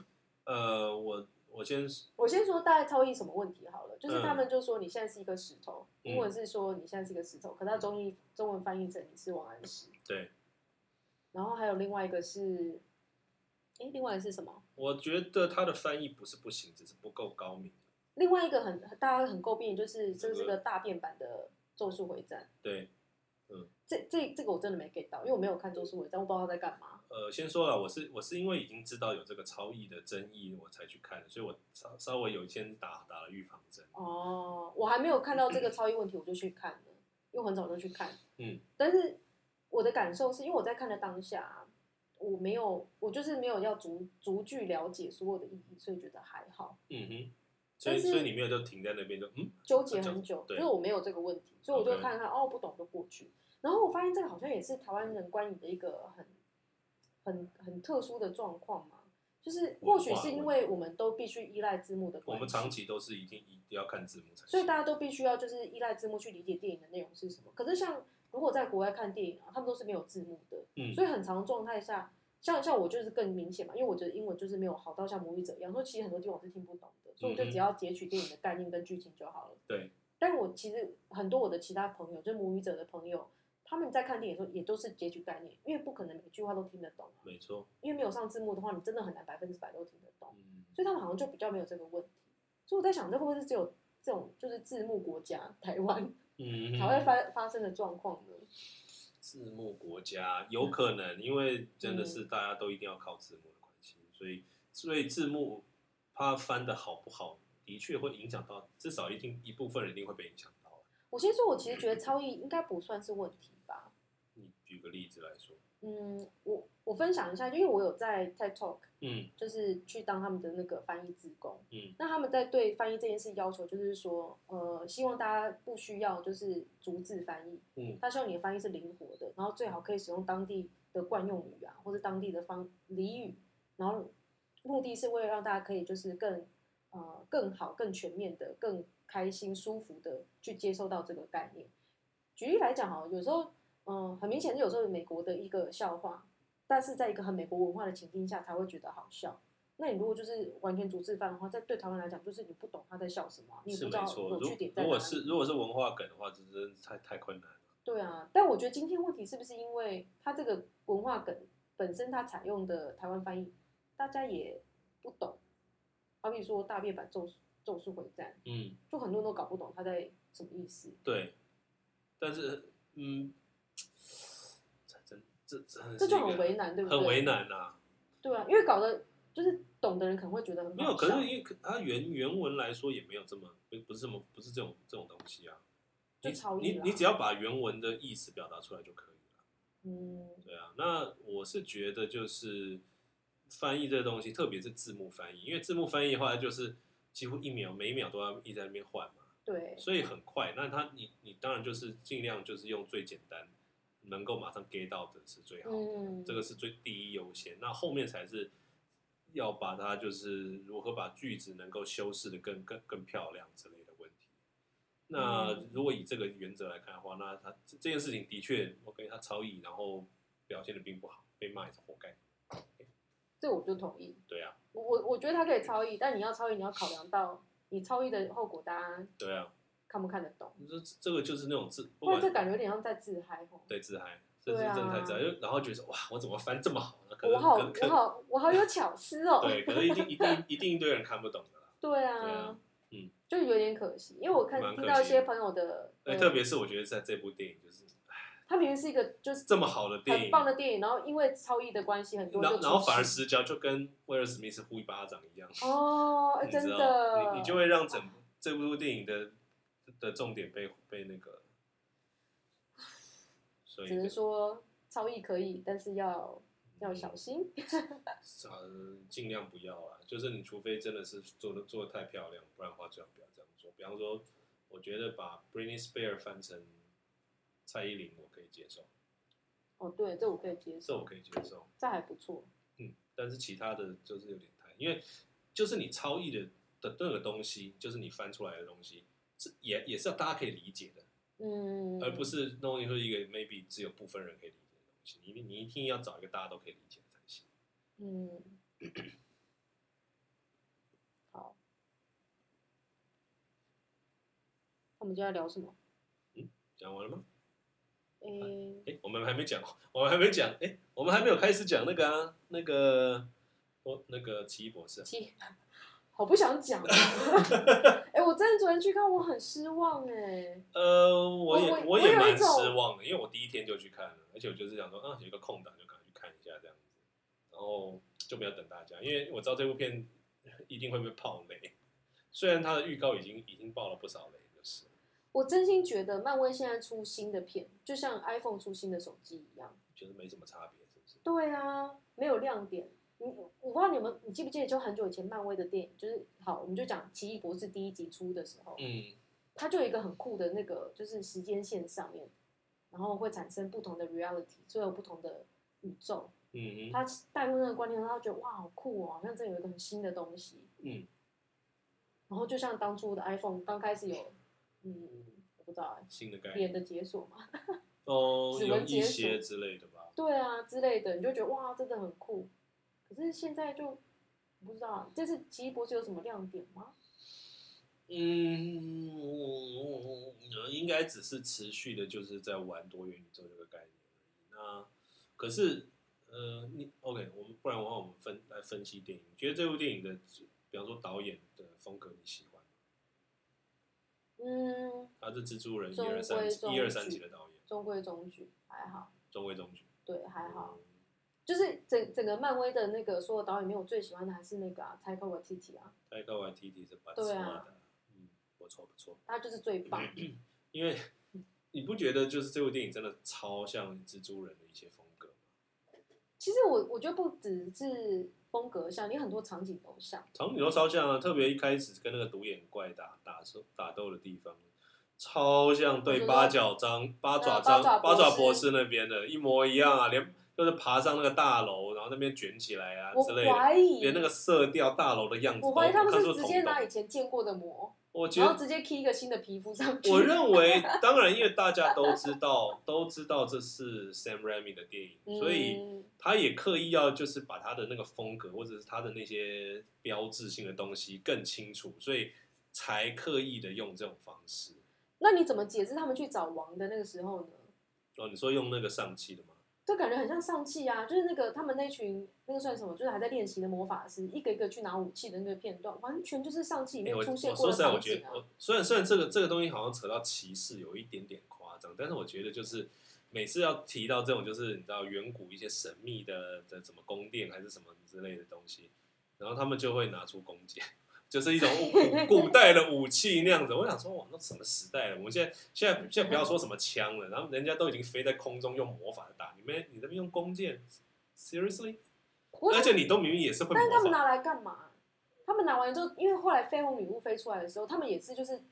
呃，我我先我先说大概超译什么问题好了，就是嗯他们就说你现在是一颗石头，嗯英文是说你现在是一个石头，可是它中译中文翻译成你是王安石，对，然后还有另外一个是，哎，另外一个是什么？我觉得他的翻译不是不行，只是不够高明。另外一个很大家很诟病，就是这是个大变版的《咒术回战》。对，这这这个我真的没 get 到，因为我没有看《咒术回战》，我不知道他在干嘛。呃，先说了，我是我是因为已经知道有这个超译的争议，我才去看的，所以我稍稍微有一天打打了预防针。哦，我还没有看到这个超越问题，我就去看了，因为我很早就去看。嗯，但是我的感受是因为我在看的当下啊，我没有，我就是没有要逐逐句了解所有的意义，所以觉得还好，嗯哼，所以但是所以你没有就停在那边就嗯，纠结很久，对因为我没有这个问题，所以我就 OK 看看哦，不懂就过去。然后我发现这个好像也是台湾人观影的一个很很很特殊的状况嘛，就是或许是因为我们都必须依赖字幕的我关系，们长期都是一定一定要看字幕才行。所以大家都必须要就是依赖字幕去理解电影的内容是什么。可是像如果在国外看电影啊，他们都是没有字幕的，嗯所以很长状态下，像像我就是更明显嘛，因为我觉得英文就是没有好到像母语者一样，所以其实很多地方我是听不懂的，所以我就只要截取电影的概念跟剧情就好了。对，但我其实很多我的其他朋友，就是母语者的朋友，他们在看电影的时候也都是截取概念，因为不可能每句话都听得懂啊，没错，因为没有上字幕的话，你真的很难百分之百都听得懂。嗯，所以他们好像就比较没有这个问题。所以我在想，这会不会是只有这种就是字幕国家台湾嗯才会发发生的状况呢？字幕国家有可能，因为真的嗯是大家都一定要靠字幕的关系，所以所以字幕它翻的好不好，的确会影响到，至少一定一部分人一定会被影响到。啊我先说，我其实觉得超译应该不算是问题吧。你举个例子来说，嗯，我我分享一下，因为我有在 TED Talk，嗯就是去当他们的那个翻译职工。嗯那他们在对翻译这件事要求，就是说，呃，希望大家不需要就是逐字翻译，嗯他希望你的翻译是灵活的，然后最好可以使用当地的惯用语啊，或者当地的方俚语，然后目的是为了让大家可以就是更呃更好、更全面的、更开心、舒服的去接受到这个概念。举例来讲哈，有时候嗯、呃很明显是有时候美国的一个笑话，但是在一个很美国文化的情境下才会觉得好笑。那你如果就是完全逐字翻的话，在对台湾来讲，就是你不懂他在笑什么啊，你也是不知道没错。有如趣点在如哪里。果是如果是文化梗的话，这真的太太困难了。对啊，但我觉得今天问题是不是因为它这个文化梗本身它采用的台湾翻译，大家也不懂。好比说大变版咒术咒术回战，嗯，就很多人都搞不懂它在什么意思。对，但是嗯，这真这这这就很很为难，对不对？啊很为。难呐、对啊，因为搞得就是懂的人可能会觉得很好没有，可笑是因为可它原原文来说也没有这么不不是这么不是这种这种东西啊。就你超译啊你啦你只要把原文的意思表达出来就可以了。嗯，对啊，那我是觉得就是翻译这东西，特别是字幕翻译，因为字幕翻译的话就是几乎一秒每一秒都要一直在那边换嘛，对，所以很快。那它你你当然就是尽量就是用最简单能够马上 get 到的是 [LAUGHS] 最好的。嗯，这个是最第一优先。那后面才是要把它就是如何把句子能够修饰的更更更漂亮之类的问题。那嗯如果以这个原则来看的话，那他这这件事情的确，OK，他超译，然后表现的并不好，被骂也是活该。这我就同意。对啊，我我我觉得他可以超译，但你要超译，你要考量到你超译的后果，大家对啊，看不看得懂？这这个就是那种自不不然管这感觉有点像在自嗨哦。对自嗨，这是对啊真的太自嗨，就然后觉得哇，我怎么翻这么好呢？可我能好可能可我好我好有巧思哦。对，可能一定一定一定一堆人看不懂的啦。对对啊啊，嗯，就有点可惜，因为我看蛮可惜的听到一些朋友的，对，呃特别是我觉得在这部电影就是他明明是一个就是这么好的电很影，棒的电影，然后因为超译的关系，很多然就后然后出反而事失焦，就跟威尔史密斯呼一巴掌一样，哦，哎你知真道，的，你你就会让整这部电影的的重点被被那个，所以只能说超译可以，但是要要小嗯心。呃尽量不要啦，就是你除非真的是做的做的太漂亮，不然的话最好不要这样做。比方说，我觉得把 Britney Spears 翻成蔡依林，我可以接受，哦，对，这我可以接这我受，可以接受。这还不错。嗯，但是其他的就是有点太，因为就是你超译的的那个东西，就是你翻出来的东西，是也也是大家可以理解的，嗯，而不是弄一个一个 maybe 只有部分人可以理解的东西。你一定你一定要找一个大家都可以理解的才行。 [LAUGHS] 嗯，好，那我们就要聊什么？讲完了吗？诶、哎、我们还没讲，我们还没讲，哎、我们还没有开始讲那个啊，那个我那个奇异博士、啊，其哎好不想讲、啊。 [LAUGHS] 哎、我真的昨天去看，我很失望哎、呃，我也我我也我有一蛮种失望的，因为我第一天就去看了，而且我就是想说，啊，有一个空档就赶快去看一下这样子，然后就没有等大家，因为我知道这部片一定会被爆雷，虽然它的预告已经已经爆了不少雷，就是，我真心觉得漫威现在出新的片，就像 iPhone 出新的手机一样。就是没什么差别，是不是？对啊，没有亮点。你我不知道你们，你记不记得，就很久以前漫威的电影，就是好，我们就讲《奇异博士》第一集出的时候，嗯，它就有一个很酷的那个，就是时间线上面，然后会产生不同的 reality，所以有不同的宇宙。嗯哼，他带入那个观念，他觉得哇，好酷哦，好像真有一个很新的东西。嗯，然后就像当初的 iPhone 刚开始有，嗯，我不知道哎新的概念脸的解锁嘛，哦，指有纹一解锁些之类的吧，对啊之类的，你就觉得哇，真的很酷。可是现在就不知道，啊这次奇异博士有什么亮点吗？嗯，呃应该只是持续的，就是在玩多元宇宙这个概念而已。那可是，呃，你 OK，我们不然的话，我们分来分析电影。你觉得这部电影的，比方说导演的风格你喜欢吗？嗯，他是蜘蛛人一中二三规中一二三矩集的导演，中规中矩，还好，中规中矩。对，还好。嗯，就是整整个漫威的那个所有导演里面，我最喜欢的还是那个啊，泰克瓦 t 提啊，泰戈瓦 T T 是把对持啊的，嗯，不错不错。他就是最棒。因为嗯你不觉得就是这部电影真的超像蜘蛛人的一些风格吗？其实我我觉得不只是风格像，你很多场景都像。场景都超像啊，特别一开始跟那个独眼怪打打手打斗的地方，超像我觉对得啊八角章、八爪章、八八爪博士爪博士那边的一模一样啊，连就是爬上那个大楼，然后那边卷起来啊我之类的，怀疑，连那个色调大楼的样子都，我怀疑他们看出是直接同拿的。以前见过的膜，我觉然后得，直接 key 一个新的皮肤上 [LAUGHS] 去。我认为，当然，因为大家都知道，都知道这是 Sam Raimi 的电影，所以。嗯他也刻意要就是把他的那个风格或者是他的那些标志性的东西更清楚，所以才刻意的用这种方式。那你怎么解释他们去找王的那个时候呢？哦，你说用那个上气的吗？就感觉很像上汽啊，就是那个他们那群那个算什么，就是还在练习的魔法师，一个一个去拿武器的那个片段，完全就是上汽里哎、面我出现我过说的实在，场我觉景得啊。我虽然虽然这个这个东西好像扯到歧视有一点点夸张，但是我觉得就是每次要提到这种就是你知道远古一些神秘的的什么宫殿还是什么之类的东西，然后他们就会拿出弓箭， [LAUGHS] 就是一种古古代的武器那样子。我想说，哇，那什么时代了？我们现在现在现在不要说什么枪了，然后人家都已经飞在空中用魔法打，你们你这边用弓箭，seriously？不过而且你都明明也是会但是他魔们法，拿来干嘛？他们拿完之后，因为后来绯红女巫飞出来的时候，他们也是就是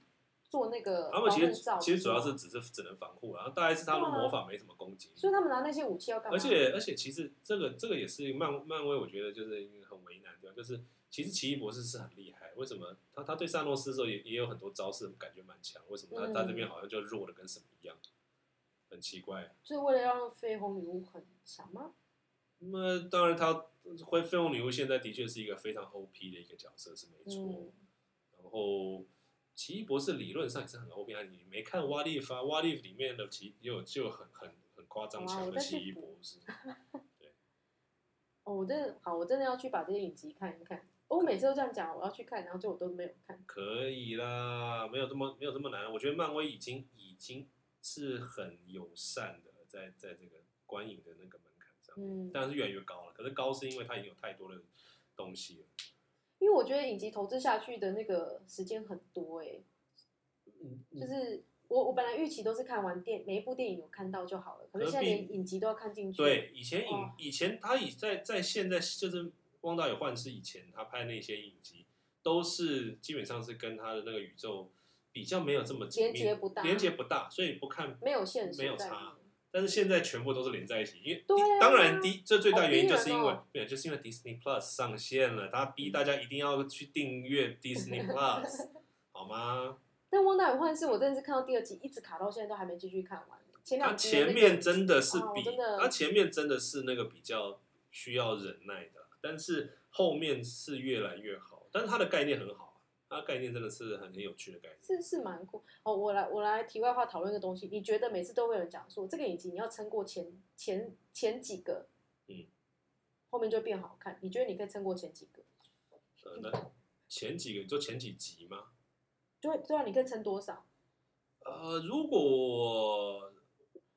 做那个他们其实防护罩其实主要嘛是只是只能防护，然后啊大概是他们啊魔法没什么攻击力。所以他们拿那些武器要干嘛？而且而且，其实这个这个也是漫漫威，我觉得就是一个很为难的地方，就是其实奇异博士是很厉害，为什么他他对萨诺斯的时候也也有很多招式，感觉蛮强，为什么他、嗯他这边好像就弱的跟什么一样，很奇怪。就是为了要让绯红女巫很强吗？那么当然他灰飞鸿女巫现在的确是一个非常 OP 的一个角色是没错，嗯然后。奇异博士理论上也是很 OP 啊，你没看《What If》啊，《What If》里面的奇也有就有很很很夸张好啊强我的再奇去异补博士， [LAUGHS] 哦，我真的好，我真的要去把这些影集看一看。哦我每次都这样讲，我要去看，然后结果都没有看。可以啦，没有这么没有这么难。我觉得漫威已经已经是很友善的，在在这个观影的那个门槛上，嗯，当然是越来越高了。可是高是因为它已经有太多的东西了。因为我觉得影集投资下去的那个时间很多哎、嗯，就是我我本来预期都是看完电每一部电影有看到就好了，可隔是壁现在连影集都要看进去。对，以前影哇以前他以在在现在就是汪大有幻视以前，他拍那些影集都是基本上是跟他的那个宇宙比较没有这么紧密连接不大连接不大，所以不看没有线索没有在里差面但是现在全部都是连在一起，因为对啊当然第这最大原因好逼就人是因为哦没有，就是因为 Disney Plus 上线了，他逼大家一定要去订阅 Disney [LAUGHS] Plus，好吗？但《汪大与幻视》我真的是看到第二集，一直卡到现在都还没继续看完。前他两集啊前的那个面真的是哦比真的他前面真的是那个比较需要忍耐的，但是后面是越来越好，但是他的概念很好，啊他的概念真的是很很有趣的概念。是是蛮酷哦。我来我来题外话讨论个东西，你觉得每次都会有人讲说这个影集你要撑过前前前几个，嗯，后面就变好看。你觉得你可以撑过前几个？呃，那前几个就前几集吗？就会对啊，你可以撑多少？呃，如果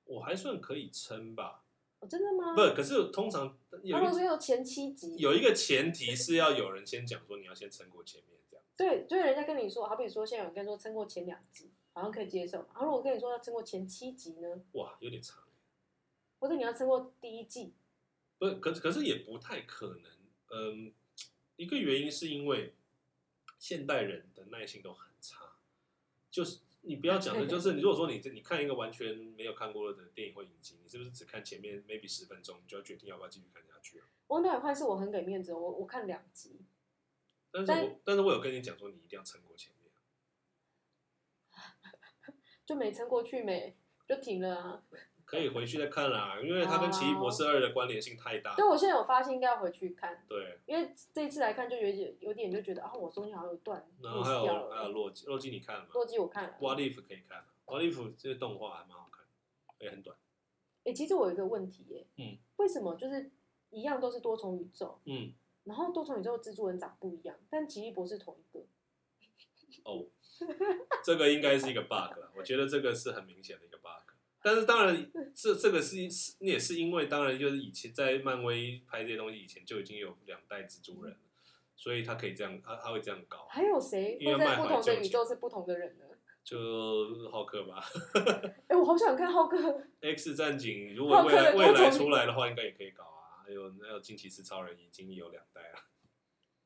我还算可以撑吧，哦，真的吗？不，可是通常有他们说一有前七集，有一个前提是要有人先讲说你要先撑过前面这样。对，就是人家跟你说，好比说现在有人跟你说撑过前两集，好像可以接受嘛。然啊后如果跟你说要撑过前七集呢，哇，有点长，或者你要撑过第一季，不，可可是也不太可能。嗯，一个原因是因为现代人的耐性都很差，就是你不要讲的，就是你如果说你你看一个完全没有看过的电影或影集，你是不是只看前面 maybe 十分钟，你就要决定要不要继续看下去了？啊《汪大与幻视》我很给面子哦，我我看两集，但是但我但是我有跟你讲说，你一定要撑过前面。就没撑过去没，就停了啊。可以回去再看啦，因为它跟《奇异博士二》的关联性太大。但我现在有发现，应该要回去看，对，因为这一次来看就有点有点就觉得啊，我中间好像有一段然后 miss 还有掉还有了。洛基，洛基你看了吗？洛基我看了， 《What If》可以看，《What 啊 If》这个动画还蛮好看，也很短。哎、其实我有一个问题耶、嗯为什么就是一样都是多重宇宙，嗯，然后多重宇宙的蜘蛛人长不一样，但奇异博士同一个？哦，这个应该是一个 bug 了，我觉得这个是很明显的一个 bug。但是当然，这这个是是也是因为，当然就是以前在漫威拍这些东西以前就已经有两代蜘蛛人了，所以他可以这样，他他会这样搞，还有谁因为会卖在不怀同旧的宇钱宙是不同的人呢？就浩克吧。哎、我好想看浩哥， X 战警如果未来浩克的多未来重出来的话，应该也可以搞啊。还有还有惊奇四超人已经有两代了，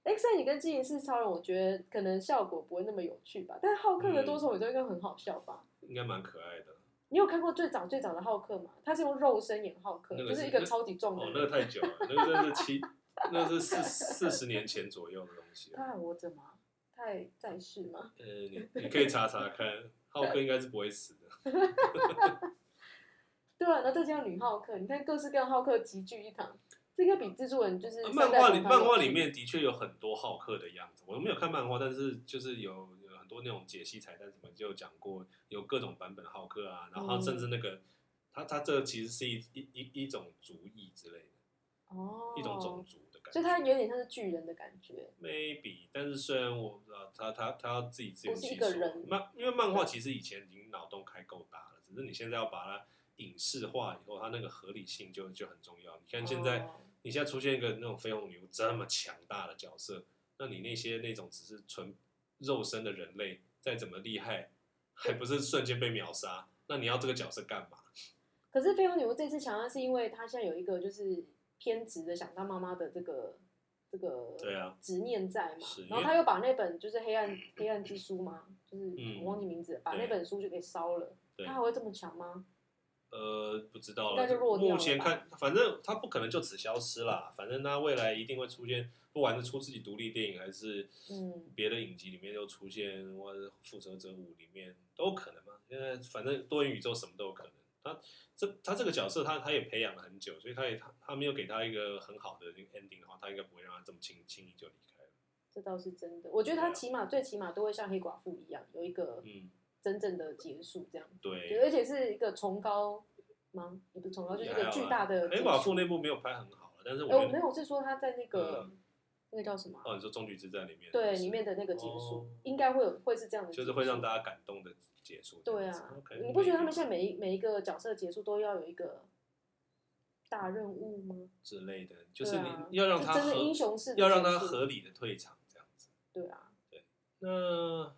X 战警哎跟基因是超人，我觉得可能效果不会那么有趣吧。但浩克的嗯多重宇宙应该很好笑吧？应该蛮可爱的。你有看过最早最早的浩克吗？他是用肉身演浩克，那个就是是一个那超级壮的哦，人。那个太久了，那个真的是七，那是四四十年前左右的东西他了。还活着吗？他还在世吗？呃，你你可以查查看，浩克应该是不会死的。对啊，那再加上女浩克，你看各式各样浩克集聚一堂，这个比蜘蛛人就是啊漫三代画同里堂漫画有趣里面的确有很多浩克的样子，我都没有看漫画，但是就是有有很多那种解析彩蛋什么就有讲过，有各种版本的浩克啊，然后嗯甚至那个他他这其实是一一一一种族裔之类的。哦，一种种，族的感觉。所以他有点像是巨人的感觉。 maybe，但是虽然我不知道他他他要自己自圆不是其一个说人，漫因为漫画其实以前已经脑洞开够大了，只是你现在要把它影视化以后，它那个合理性就就很重要。你看现在，哦你现在出现一个那种飞鸿牛这么强大的角色，那你那些那种只是纯肉身的人类，再怎么厉害，还不是瞬间被秒杀？那你要这个角色干嘛？可是飞鸿女巫这次强调是因为她现在有一个就是偏执的想当妈妈的这个这个对啊执念在嘛是，然后因为她又把那本就是黑暗黑暗之书嘛，就是嗯我忘记名字了，把那对本书就给烧了。对她还会这么强吗？呃，不知道应了该就弱。掉了吧目前看，反正他不可能就此消失啦。反正他未来一定会出现，不管是出自己独立电影，还是嗯别的影集里面又出现，或者是《复仇者五》里面都有可能嘛。现在反正多元宇宙什么都有可能。他这他这个角色他，他也培养了很久，所以他也他他没有给他一个很好的那个 ending 的话，他应该不会让他这么轻轻易就离开了。这倒是真的。我觉得她对啊起码最起码都会像黑寡妇一样有一个嗯，真正的结束，这样，对。而且是一个崇高吗？也不是崇高，就是一也个还好巨啦大的结黑束。寡妇那部没有拍很好，但是我哎，我觉没得有，我是说她在那个嗯那个叫什么啊？哦，你说《终局之战》里面对是里面的那个结哦，束应该会有会是这样的结束，就是会让大家感动的结束。对这样啊子，OK，，你不觉得他们现在每一每一个角色结束都要有一个大任务吗？之类的，就是对你啊要让就他真的合英，雄式的要让他结束合理的退场这样子。对啊，那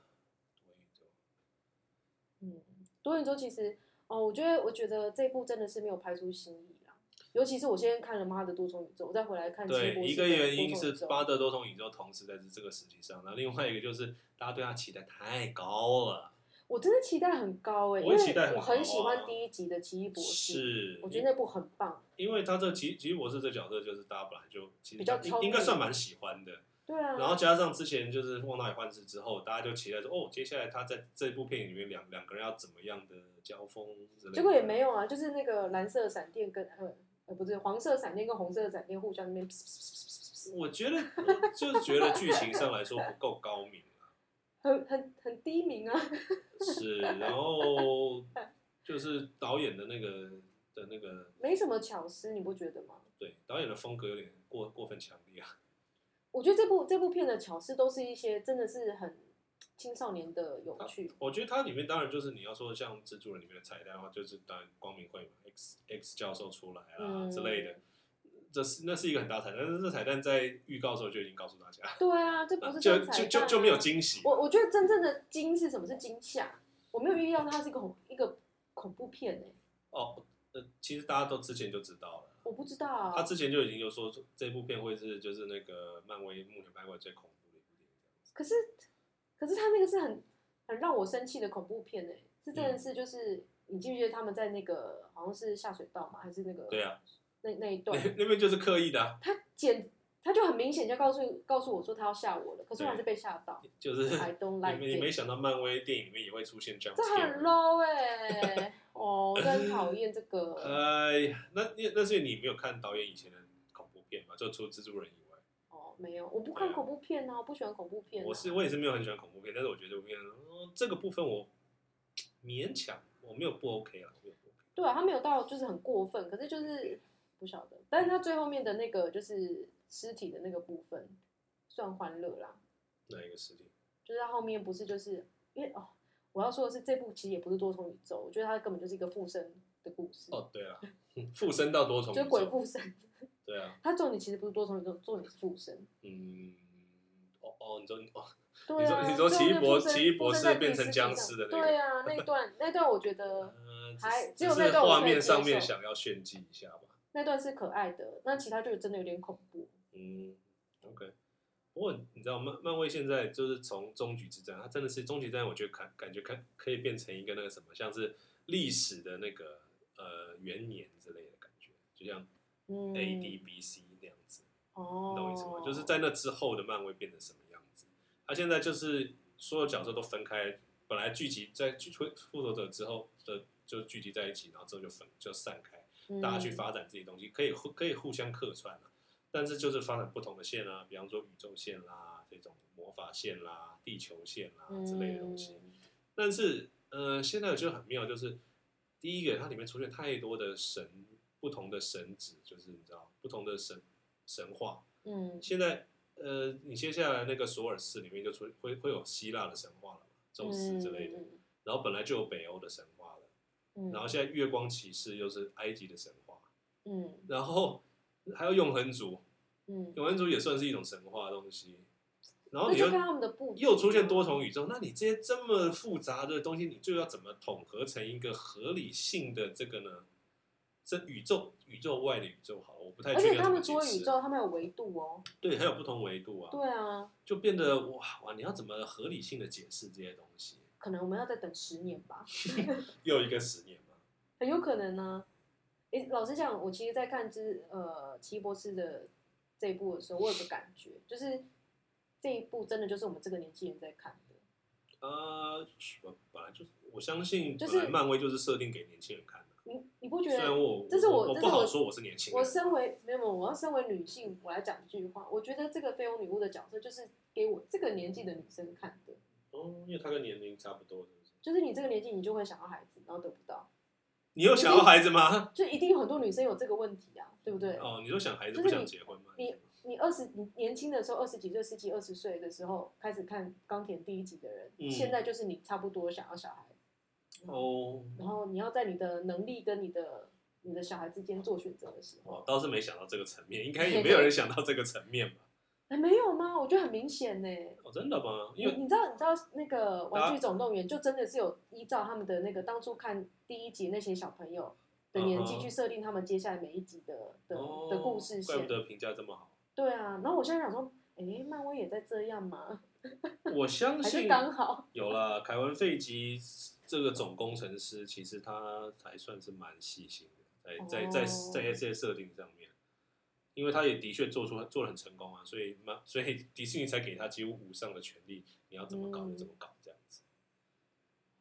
嗯，多元周其实哦，我觉得我觉得这部真的是没有拍出新意啦，尤其是我先看了《妈的多重宇宙》，我再回来看七对博一士个的原多因重宇是宙巴德多重宇宙同时在这个时期上，然后另外一个就是大家对他期待太高了，我真的期待很高哎、因我也期待很为我很高喜啊欢第一集的奇异博士，是，我觉得那部很棒。因为他这吉吉博士这角色就是大家本来就其比实较应超应该越算蛮喜欢的，对啊，然后加上之前就是《旺达与幻视》之后，大家就期待说，哦，接下来他在这部片里面两两个人要怎么样的交锋之类的。结果也没有啊，就是那个蓝色闪电跟呃呃不是黄色闪电跟红色闪电互相那边， [LAUGHS] 我觉得我就是觉得剧情上来说不够高明啊，很很很低迷啊。 [LAUGHS] 是，然后就是导演的那个的那个没什么巧思，你不觉得吗？对导演的风格有点过过分强烈啊，我觉得这部这部片的巧思都是一些真的是很青少年的有趣，我觉得它里面当然就是你要说像蜘蛛人里面的彩蛋的话，就是当然光明会嘛，X X 教授出来啊、嗯之类的。这是那是一个很大彩蛋，但是这彩蛋在预告的时候就已经告诉大家，对啊， [LAUGHS] 这不是就真彩就蛋就啊就没有。惊喜。我我觉得真正的惊是什么？是惊吓。我没有预料它是一个恐一个恐怖片哎、哦，呃，其实大家都之前就知道了，我不知道啊。他之前就已经有说这部片会是就是那个漫威目前拍过最恐怖的一部电影。可是，可是他那个是很很让我生气的恐怖片诶、是嗯真的是就是、你记不记得他们在那个好像是下水道嘛，还是那个对啊， [LAUGHS] 那那一段，那那边就是刻意的啊、他简他就很明显就告诉告诉我说他要吓我了，可是我还是被吓到。就是 I 你 don't 没 like [LAUGHS] 你没 it，想到漫威电影里面也会出现 jump 这很 scare。 low 哎、 [LAUGHS] 哦，我真讨厌这 [LAUGHS] 个。哎呀，那那那是你没有看导演以前的恐怖片嘛？就除蜘蛛人以外，哦，没有，我不看恐怖片啊，我不喜欢恐怖片、啊。我是我也是没有很喜欢恐怖片，但是我觉得这部片、呃这个部分我勉强我没有不 OK 啊，我没有不 OK。对啊，他没有到就是很过分，可是就是不晓得。但是他最后面的那个就是尸体的那个部分，算欢乐啦。哪一个事情？就是他后面不是就是因为哦，我要说的是这部其实也不是多重宇宙，我觉得它根本就是一个附身的故事，哦，对了，附身到多重宇就是鬼宙，附身。对啊，它重点其实不是多重宇宙，重点是附身。嗯，哦哦，你说哦，对啊，你说最奇异后面博附身奇异博附身士在自己变成尸体僵上尸的那个对啊，那一 [LAUGHS] 段那一段我觉得呃，还只只有是那段我画可以面接上面受想要炫技一下吧。那段是可爱的，那其他就真的有点恐怖。嗯，OK。不过你知道漫漫威现在就是从终局之战，它真的是终局之战，我觉得感感觉看可以变成一个那个什么，像是历史的那个呃元年之类的感觉，就像嗯 A D B C 那样子，哦你，懂我意思吗？就是在那之后的漫威变成什么样子？它现在就是所有角色都分开，本来聚集在聚复复仇者之后的就聚集在一起，然后之后就分就散开。大家去嗯发展自己的东西，可以互可以互相客串啊。但是就是发展不同的线啊，比方说宇宙线啦、这种魔法线啦、地球线啦啊之类的东西。嗯但是呃，现在我觉得很妙，就是第一个它里面出现太多的神，不同的神旨，就是你知道不同的神神话。嗯，现在呃，你接下来那个索尔斯里面就出会会有希腊的神话了嘛，宙斯之类的。嗯嗯嗯然后本来就有北欧的神话了，嗯然后现在月光骑士又是埃及的神话，嗯然后还有永恒族，嗯，永恒族也算是一种神话的东西。然后那你就又看他们的布局又出现多啊重宇宙，那你这些这么复杂的东西，你最后要怎么统合成一个合理性的这个呢？这宇宙宇宙外的宇宙好了，我不太而确定且要他怎么们除了解宇释宙，他们有维度哦。对，还有不同维度啊，对啊，就变得哇哇，你要怎么合理性的解释这些东西？可能我们要再等十年吧，又一个十年嘛，很有可能呢、诶，老实讲，我其实，在看之呃《奇异博士》的这一部的时候，我有个感觉，就是这一部真的就是我们这个年纪人在看的。呃，本本来就是我相信，就本是来漫威就是设定给年轻人看的。你你不觉虽然得？我这是我我这是不好我说我是年轻我人，身为没有，没有我要身为女性，我来讲一句话，我觉得这个绯红女巫的角色就是给我这个年纪的女生看的，哦，因为他跟年龄差不多，是不是？就是你这个年纪，你就会想要孩子，然后得不到，你有想要孩子吗？就一定有很多女生有这个问题啊，对不 [LAUGHS] 对？哦，你说想孩子就是不想你结婚吗？你嗯你二十你年轻的时候，二十几岁、十几、二十岁的时候开始看《钢铁》第一集的人，嗯现在就是你差不多想要小孩，哦，然后你要在你的能力跟你的你的小孩之间做选择的时候，我倒是没想到这个层面，应该也没有人想到这个层面吧？哎，没有吗？我觉得很明显呢。哦，真的吗？你因为啊你知道你知道那个《玩具总动员》就真的是有依照他们的那个当初看第一集那些小朋友的年纪嗯哼去设定他们接下来每一集的的哦的故事怪不线。得评价这么好。对啊，然后我现在想说，哎，漫威也在这样吗？我相还是信刚好？有啦，凯文·费吉这个总工程师，其实他还算是蛮细心的，在在在哦在这些设定上面，因为他也的确做出做的很成功啊，所以嘛，所以迪士尼才给他几乎无上的权利，你要怎么搞就怎么搞这样子。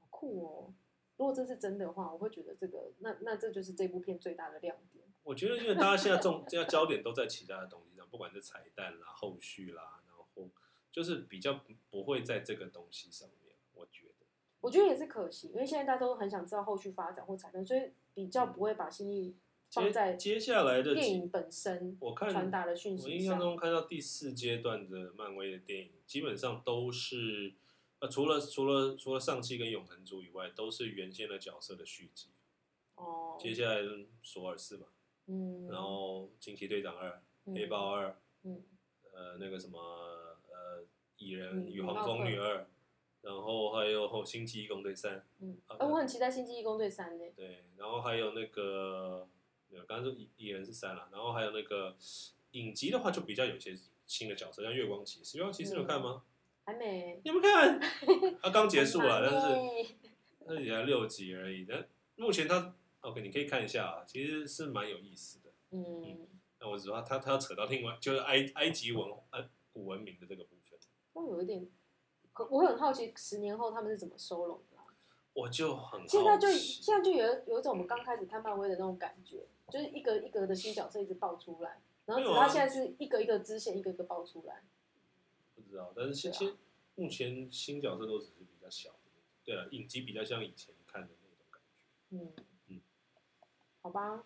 好酷哦！如果这是真的话，我会觉得这个，那那这就是这部片最大的亮点。我觉得，因为大家现在重现在焦点都在其他的东西上，不管是彩蛋啦、后续啦，然后就是比较不不会在这个东西上面，我觉得。我觉得也是可惜，因为现在大家都很想知道后续发展或彩蛋，所以比较不会把心意放在嗯接接下来的电几影本身我看传达的讯我息印象上。中看到第四阶段的漫威的电影，基本上都是呃，除了除了除了上汽跟永恒族以外，都是原先的角色的续集。哦，接下来索尔四嘛，嗯，然后啊惊奇队长二、嗯黑豹，二，嗯呃，那个什么呃，蚁嗯人与嗯黄浩克蜂女二，然后还有星际义工队三，嗯，好哎、的我很期待《星际义工队三》呢。对，然后还有那个，没有，刚刚说蚁蚁人是三了，然后还有那个影集的话，就比较有一些新的角色，像月光骑士，月光骑士你有看吗？还没 [LAUGHS] 你们看，它刚结束了，但是是那也才六集而已。但目前它 OK，你可以看一下啊，其实是蛮有意思的。嗯，那我只说它它要扯到另外，就是埃埃及文呃古文明的这个部分，我有一点，可我很好奇，十年后他们是怎么收拢的啊、我就很好奇。现在就现在就有有一种我们刚开始看漫威的那种感觉，就是一个一个的新角色一直爆出来，然没后有只啊他现在是一个一个支线一个一个爆出来。不知道，但是现对现、目前新角色都只是比较小的那种，对啊，影集比较像以前看的那种感觉。嗯嗯好吧，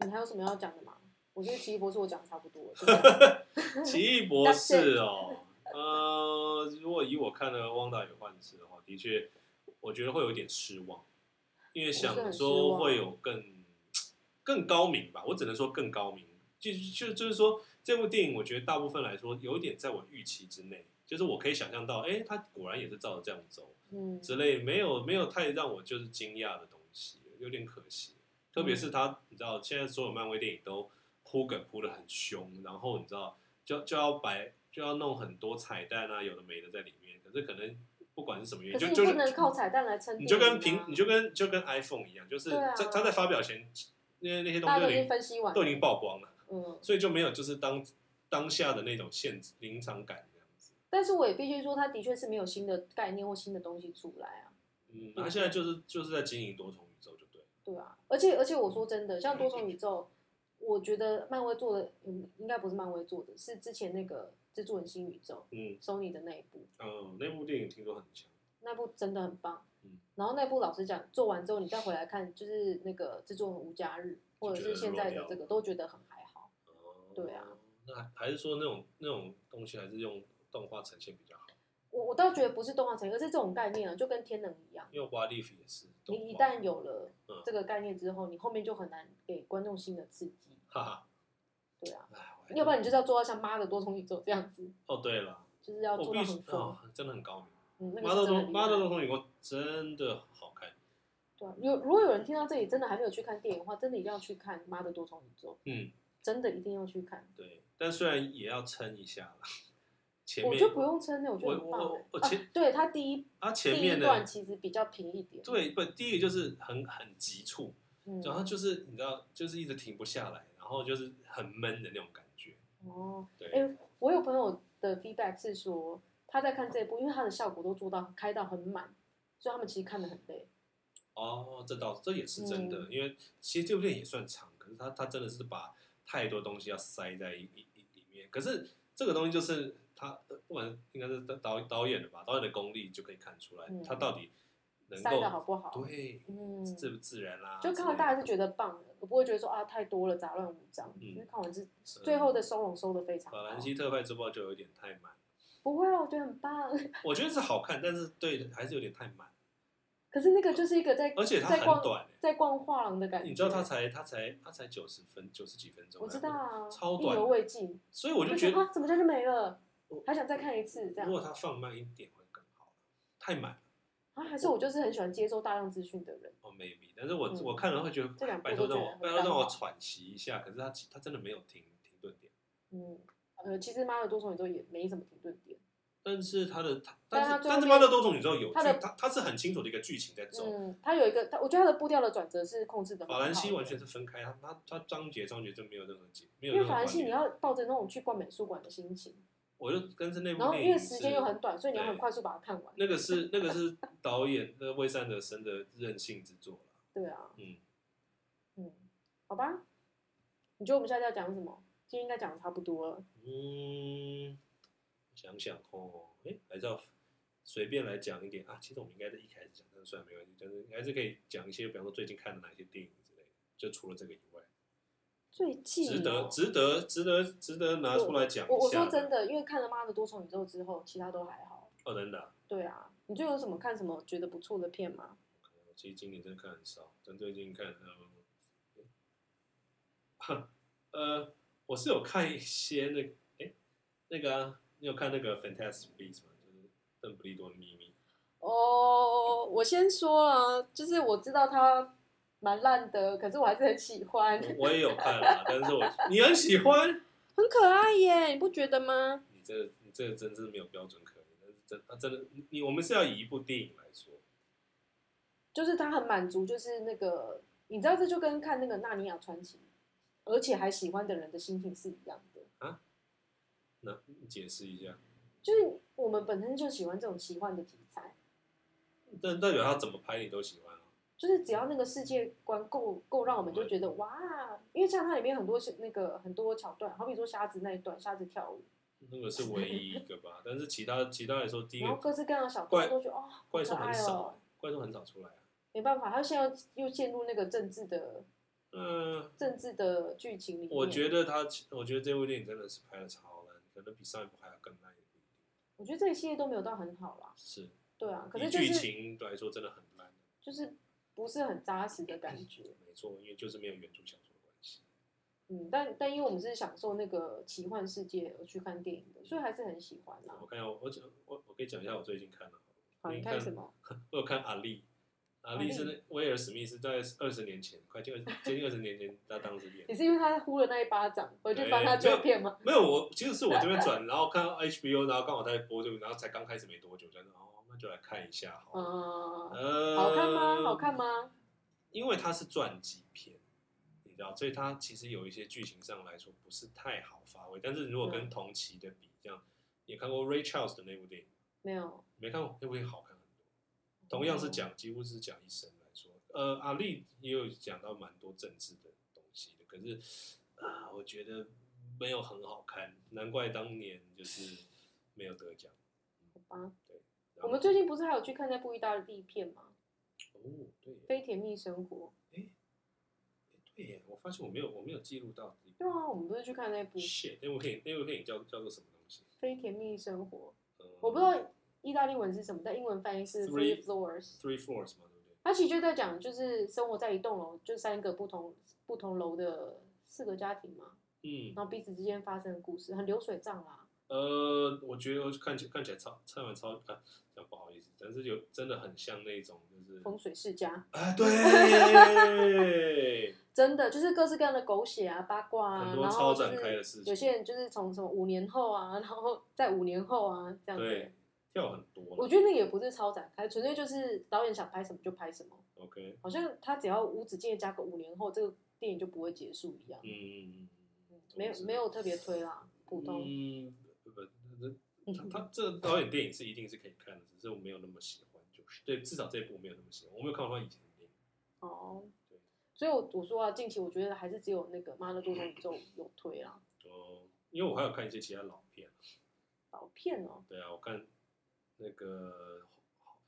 你还有什么要讲的吗？我觉得奇异博士我讲的差不 [LAUGHS] 多了，就这样奇异博士哦，呃，如果以我看的《汪达与幻视》的话，的确，我觉得会有点失望，因为想说会有更更高明吧，我只能说更高明。就就就是说，这部电影我觉得大部分来说有一点在我预期之内，就是我可以想象到，哎，他果然也是照着这样走，嗯之类，没有没有太让我就是惊讶的东西，有点可惜。特别嗯是他，你知道现在所有漫威电影都铺梗铺的很凶，然后你知道就就要摆就要弄很多彩蛋啊，有的没的在里面。可是可能不管是什么原因，可是就你就不是能靠彩蛋来撑、啊，你就跟苹你就跟就跟 iPhone 一样，就是对啊在他在发表前那些那些东大西家都都已已经经分析完了，都已经曝光了，嗯，所以就没有就是当当下的那种现临场感这样子。但是我也必须说，他的确是没有新的概念或新的东西出来啊，嗯，他现在就是就是在经营多重宇宙，就对了。对啊，而且而且我说真的，像多重宇宙，我觉得漫威做的，嗯，应该不是漫威做的，是之前那个蜘蛛人新宇宙嗯。 ，Sony 的那一部，嗯，那部电影听说很强，那部真的很棒。嗯然后那部老实讲，做完之后你再回来看，就是那个制作人无家日，或者是现在的这个，都觉得很还好。哦对啊，那还是说那种那种东西还是用动画呈现比较好。我我倒觉得不是动画成瘾，而是这种概念啊，就跟天能一样，因为 What If 也是动画，你一旦有了嗯这个概念之后，你后面就很难给观众新的刺激，哈哈，对啊，哎，我还要不然你就是要做到像妈的多重宇宙这样子，哦对了，就是要我做必到须很疯哦，，真的很高明。嗯，那妈个的是真多的妈的厉多重害。宇宙真的好看，对啊，有如果有人听到这里真的还没有去看电影的话，真的一定要去看《妈的多重宇宙》，嗯，真的一定要去看。对，但虽然也要撑一下了，前我面就不用撑那，我觉得我很棒我欸我啊前对他第一啊前第面一的段其实比较平一点，对不，第一个就是很很急促，嗯，然后就是你知道，就是一直停不下来，然后就是很闷的那种感觉。哦，对，哎、我有朋友的 feedback 是说他在看这部，因为他的效果都做到开到很满，所以他们其实看得很累。哦，这倒这也是真的，嗯因为其实这部电影也算长，可是它它真的是把太多东西要塞在一一一里面。可是这个东西就是它，呃不管应该是导导演的吧，导演的功力就可以看出来，嗯他到底能塞够的好不好？对嗯，自不自然啦、就看完大家是是觉得棒的，我不会觉得说啊太多了，杂乱无章。嗯因为看完是最后的收拢收的非常好法，兰西特派之报就有点太满，不会啊，我觉得很棒。 [LAUGHS] 我觉得是好看，但是对还是有点太满，可是那个就是一个在而且它在逛很短、欸在逛画廊的感觉，你知道它才它才它才九十分九十几分钟，我知道啊，超意短犹未尽，所以我就就觉得啊怎么这样就没了我，还想再看一次这样如。果它放慢一点会更好，太满了啊，还是我就是很喜欢接收大量资讯的人。哦，maybe，但是我、嗯我看了会觉得这两，部拜托都让觉得我很拜托让我棒哦喘息一下，可是它它真的没有停停顿点，嗯，呃，其实《妈的多重宇宙》也没什么停顿点。但是它的它但但是它是最后但是面妈的多重宇宙有剧，它的它它是很清楚的一个剧情在走。嗯，它有一个，它我觉得它的步调的转折是控制的。法兰西完全，是分开，它它它章节章节就没有任何节，没有任因为何法兰关西你联要抱着那种去逛美术馆的心情，我就跟着那部然后电因为影时是间又很短，所以你要很对快速把它看完。那个是那个是导演那魏善德森的任性之作了，对啊，嗯，嗯，好吧。你觉得我们下次要讲什么？今天应该讲的差不多了。嗯，想想哦，哎，还是要随便来讲一点啊。其实我们应该在一开始讲，但是算了，没关系，但是还是可以讲一些，比方说最近看的哪些电影之类的。就除了这个以外，最近值得哦值得值得值得拿出来讲我一我下。说真的，因为看了《妈的多重宇宙》之后，其他都还好。哦，真的啊，对啊，你最近有什么看什么觉得不错的片吗？我其实今年真的看很少，但最近看，嗯，呃， [LAUGHS] 我是有看一些那个，哎，那个、啊、你有看那个《Fantastic Beasts》吗？就是邓布利多的秘密。哦，我先说了，就是我知道它蛮烂的，可是我还是很喜欢，我我也有看啦，但是我你很喜欢，很可爱耶，你不觉得吗？你这个你这个真是没有标准可言，但是真他真的你我们是要以一部电影来说，就是它很满足，就是那个，你知道这就跟看那个《纳尼亚传奇》，而且还喜欢的人的心情是一样的，那你解释一下，就是我们本身就喜欢这种奇幻的题材，但代表他怎么拍你都喜欢啊，就是只要那个世界观够够让我们就觉得哇，因为像它里面很多是那个很多桥段，好比说瞎子那一段，瞎子跳舞，那个是唯一一个吧，但是其他其他来说，第一然后个各式各样的小怪段都觉得哦，怪兽可爱很哦少、怪兽很少出来啊，没办法，他现在又陷入那个政治的嗯、政治的剧情里面。我觉得他我觉得这部电影真的是拍的超烂，可能比上一部还要更烂一点，我觉得这一系列都没有到很好啦，是，对啊，可以是就剧是情来说真的很烂，嗯就是不是很扎实的感觉，没错，因为就是没有原著小说的关系。嗯，但但因为我们是享受那个奇幻世界而去看电影的，所以还是很喜欢啦。我看一下，我讲我我可以讲一下我最近看的。好，你看什？么？我有看阿丽，阿阿丽丽是那威尔史密斯在二十年前，快近二接近二十年前，他当时演你是因为他呼了那一巴掌回去对翻他哎没有旧片吗？没有我，其实是我这边转，然后看到 HBO，然后刚好在播这个，然后才刚开始没多久，就哦，那就来看一下好了。嗯，呃，好看吗？好看？吗？因为它是传记片，你知道，所以它其实有一些剧情上来说不是太好发挥。但是如果跟嗯同期的比，这样也看过 Ray Charles 的那部电影吗。没有，没看过，那部也好看很多。哦同样是讲，几乎是讲一生来说，呃，阿丽也有讲到蛮多政治的东西的，可是啊、我觉得没有很好看，难怪当年就是没有得奖。好吧。然后我们最近不是还有去看那部意大利片吗？哦，对耶， 《非甜蜜生活》。诶对耶，我发现我没有我没有记录到这对啊，我们不是去看那部部。 《 shit，那部电影那部电影叫叫做什么东西？非甜蜜生活》，呃我不知道意大利文是什么？但英文翻译是 Three- three floors。 Three floors 嘛，对不对？他其实就在讲，就是生活在一栋楼，就三个不同不同楼的四个家庭嘛，嗯，然后彼此之间发生的故事，很流水账啊啦。呃，我觉得看起看起来超看完超啊，讲不好意思，但是有真的很像那种就是风水世家，哎，对，真的就是各式各样的狗血啊、八卦 [LAUGHS] 啊，很多然超后展就开是的事情，有些人就是从什么五年后啊，然后在五年后啊这样子对。跳很多嘛我觉得那个也不是超展开，纯粹就是导演想拍什么就拍什么， ，OK，好像他只要无止境的加个五年后，这个电影就不会结束一样。嗯嗯嗯嗯嗯，没有没有特别推啦，普通。嗯，不不， [LAUGHS] 他嗯他这个导演电影是一定是可以看的，只是我没有那么喜欢，就是对，至少这一部我没有那么喜欢，我没有看过他以前的电影，哦对，所以我我说啊，近期我觉得还是只有那个《妈的多重宇宙》有推啦，哦，因为我还有看一些其他老片，老片哦，对啊，我看那个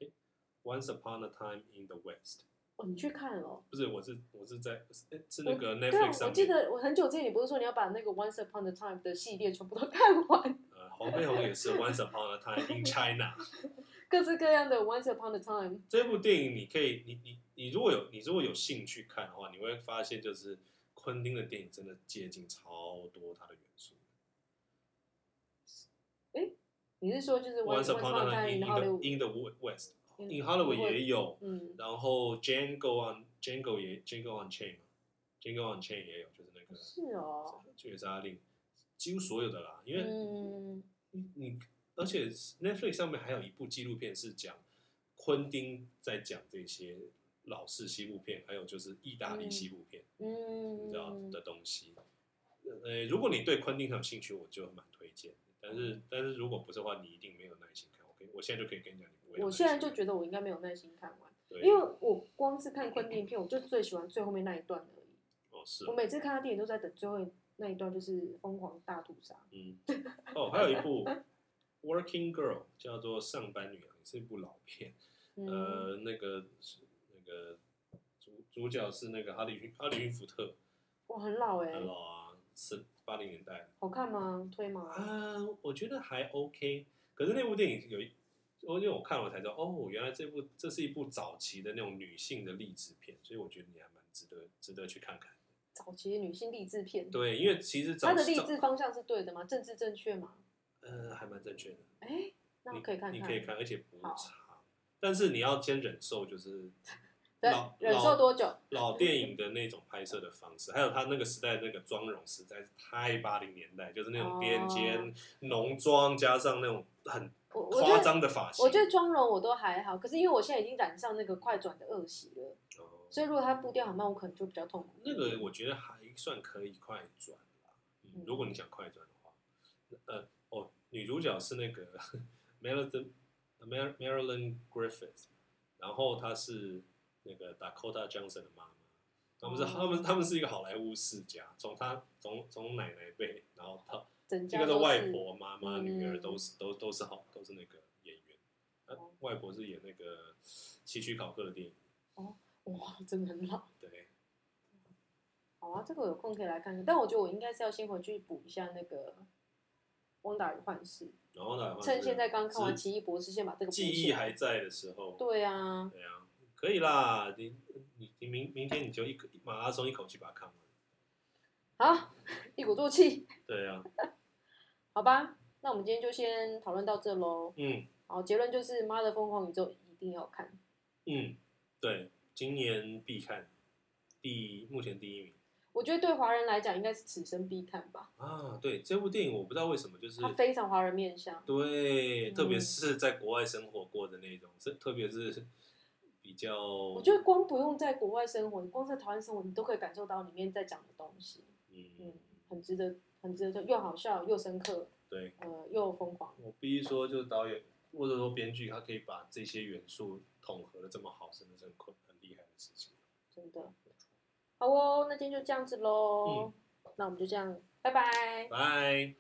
哎，Once Upon a Time in the West。哦你去看了哦、不是，我是我是在诶是那个对啊 Netflix，上我记面，得我很久之前你不是说你要把那个《Once Upon a Time》的系列全部都 [LAUGHS] 看完，呃，黄飞鸿也是 Once Upon a Time in China 各式各样的《Once Upon a Time》。这部电影，你可以，你你你如果有你如果有兴趣看的话，你会发现就是昆汀的电影真的接近超多他的元素。你是说就是 Once Upon a Time in Time in the Hollywood？ in the West In in Hollywood Hollywood 也有，嗯，然后 Django on Django 也 Django on Chain 嘛，Django on Chain 也有，就是那个是哦，绝杀令，几乎所有的啦，因为嗯，你你，而且 Netflix 上面还有一部纪录片是讲昆汀在讲这些老式西部片，还有就是意大利西部片，你知道嗯，的东西。呃，如果你对昆汀很有兴趣，我就蛮推荐。但嗯是，但是如果不是的话，你一定没有耐心看。我可以，我现在就可以跟你讲，你不会有我耐心现在看。就觉得我应该没有耐心看完，对，因为我光是看昆汀片，我就最喜欢最后面那一段而已。哦是我哦，每次看他电影都在等最后那一段，就是疯狂大屠杀。嗯，哦，还有一部 Working Girl 叫做《上班女郎》，也是一部老片。嗯，呃，那个是那个主主角是那个哈里逊哈里逊福特，哇，很老哎、很老啊，是八零年代好 [LAUGHS] 看吗？推吗？啊，我觉得还 OK。可是那部电影有一，我因为我看了才知道，哦，原来这部这是一部早期的那种女性的励志片，所以我觉得你还蛮值得值得去看看。早期的女性励志片，对，因为其实早她的励早志方向是对的吗？政治正确吗？呃还蛮正确的，哎、那我你可以看看，你可以看，而且不好长，但是你要先忍受就是对老，忍老受多久？老电影的那种拍摄的方式，还有他那个时代那个妆容实在是太八零年代，就是那种边哦肩浓妆加上那种很我我夸觉得。张的发型。我觉得妆容我都还好，可是因为我现在已经染上那个快转的恶习了，哦所以如果它步调很慢，我可能就比较痛苦。那个我觉得还算可以快转啦，嗯嗯如果你想快转的话，呃哦，女主角是那个 [LAUGHS] Marilyn [LAUGHS] Mar- Marilyn Griffith，然后她是那个 Dakota Johnson 的妈妈，他们是、哦他们他们是一个好莱坞世家，从她从从奶奶辈，然后到整这家个都的是外婆、妈妈、嗯哦女儿都是都都是好都是那个演员，呃外婆是演那个希区考克的电影，哇，真的很老。对，好啊，这个有空可以来看看。但我觉得我应该是要先回去补一下那个《汪达与幻视然后呢，》，趁现在刚看完《只奇异博士》，先把这个补记起忆来。还在的时候，对啊，对啊，可以啦，你你你明明天你就一口马拉松一口气把它看完，好， [LAUGHS] 一鼓作气，对啊，好吧。那我们今天就先讨论到这喽。嗯好，结论就是《妈的疯狂宇宙》一定要看。嗯，对，今年必看，第目前第一名我觉得对华人来讲，应该是此生必看吧。啊，对，这部电影我不知道为什么就是它非常华人面向。对，嗯特别是在国外生活过的那种，是特别是比较，我觉得光不用在国外生活，你光在台湾生活，你都可以感受到里面在讲的东西，嗯嗯，很值得，很值得，又好笑又深刻，对呃，又疯狂。我必须说，就是导演或者说编剧，他可以把这些元素统合的这么好，真的是很困很厉害的事情。真的。嗯好哦，那今天就这样子喽，那我们就这样，拜拜。拜。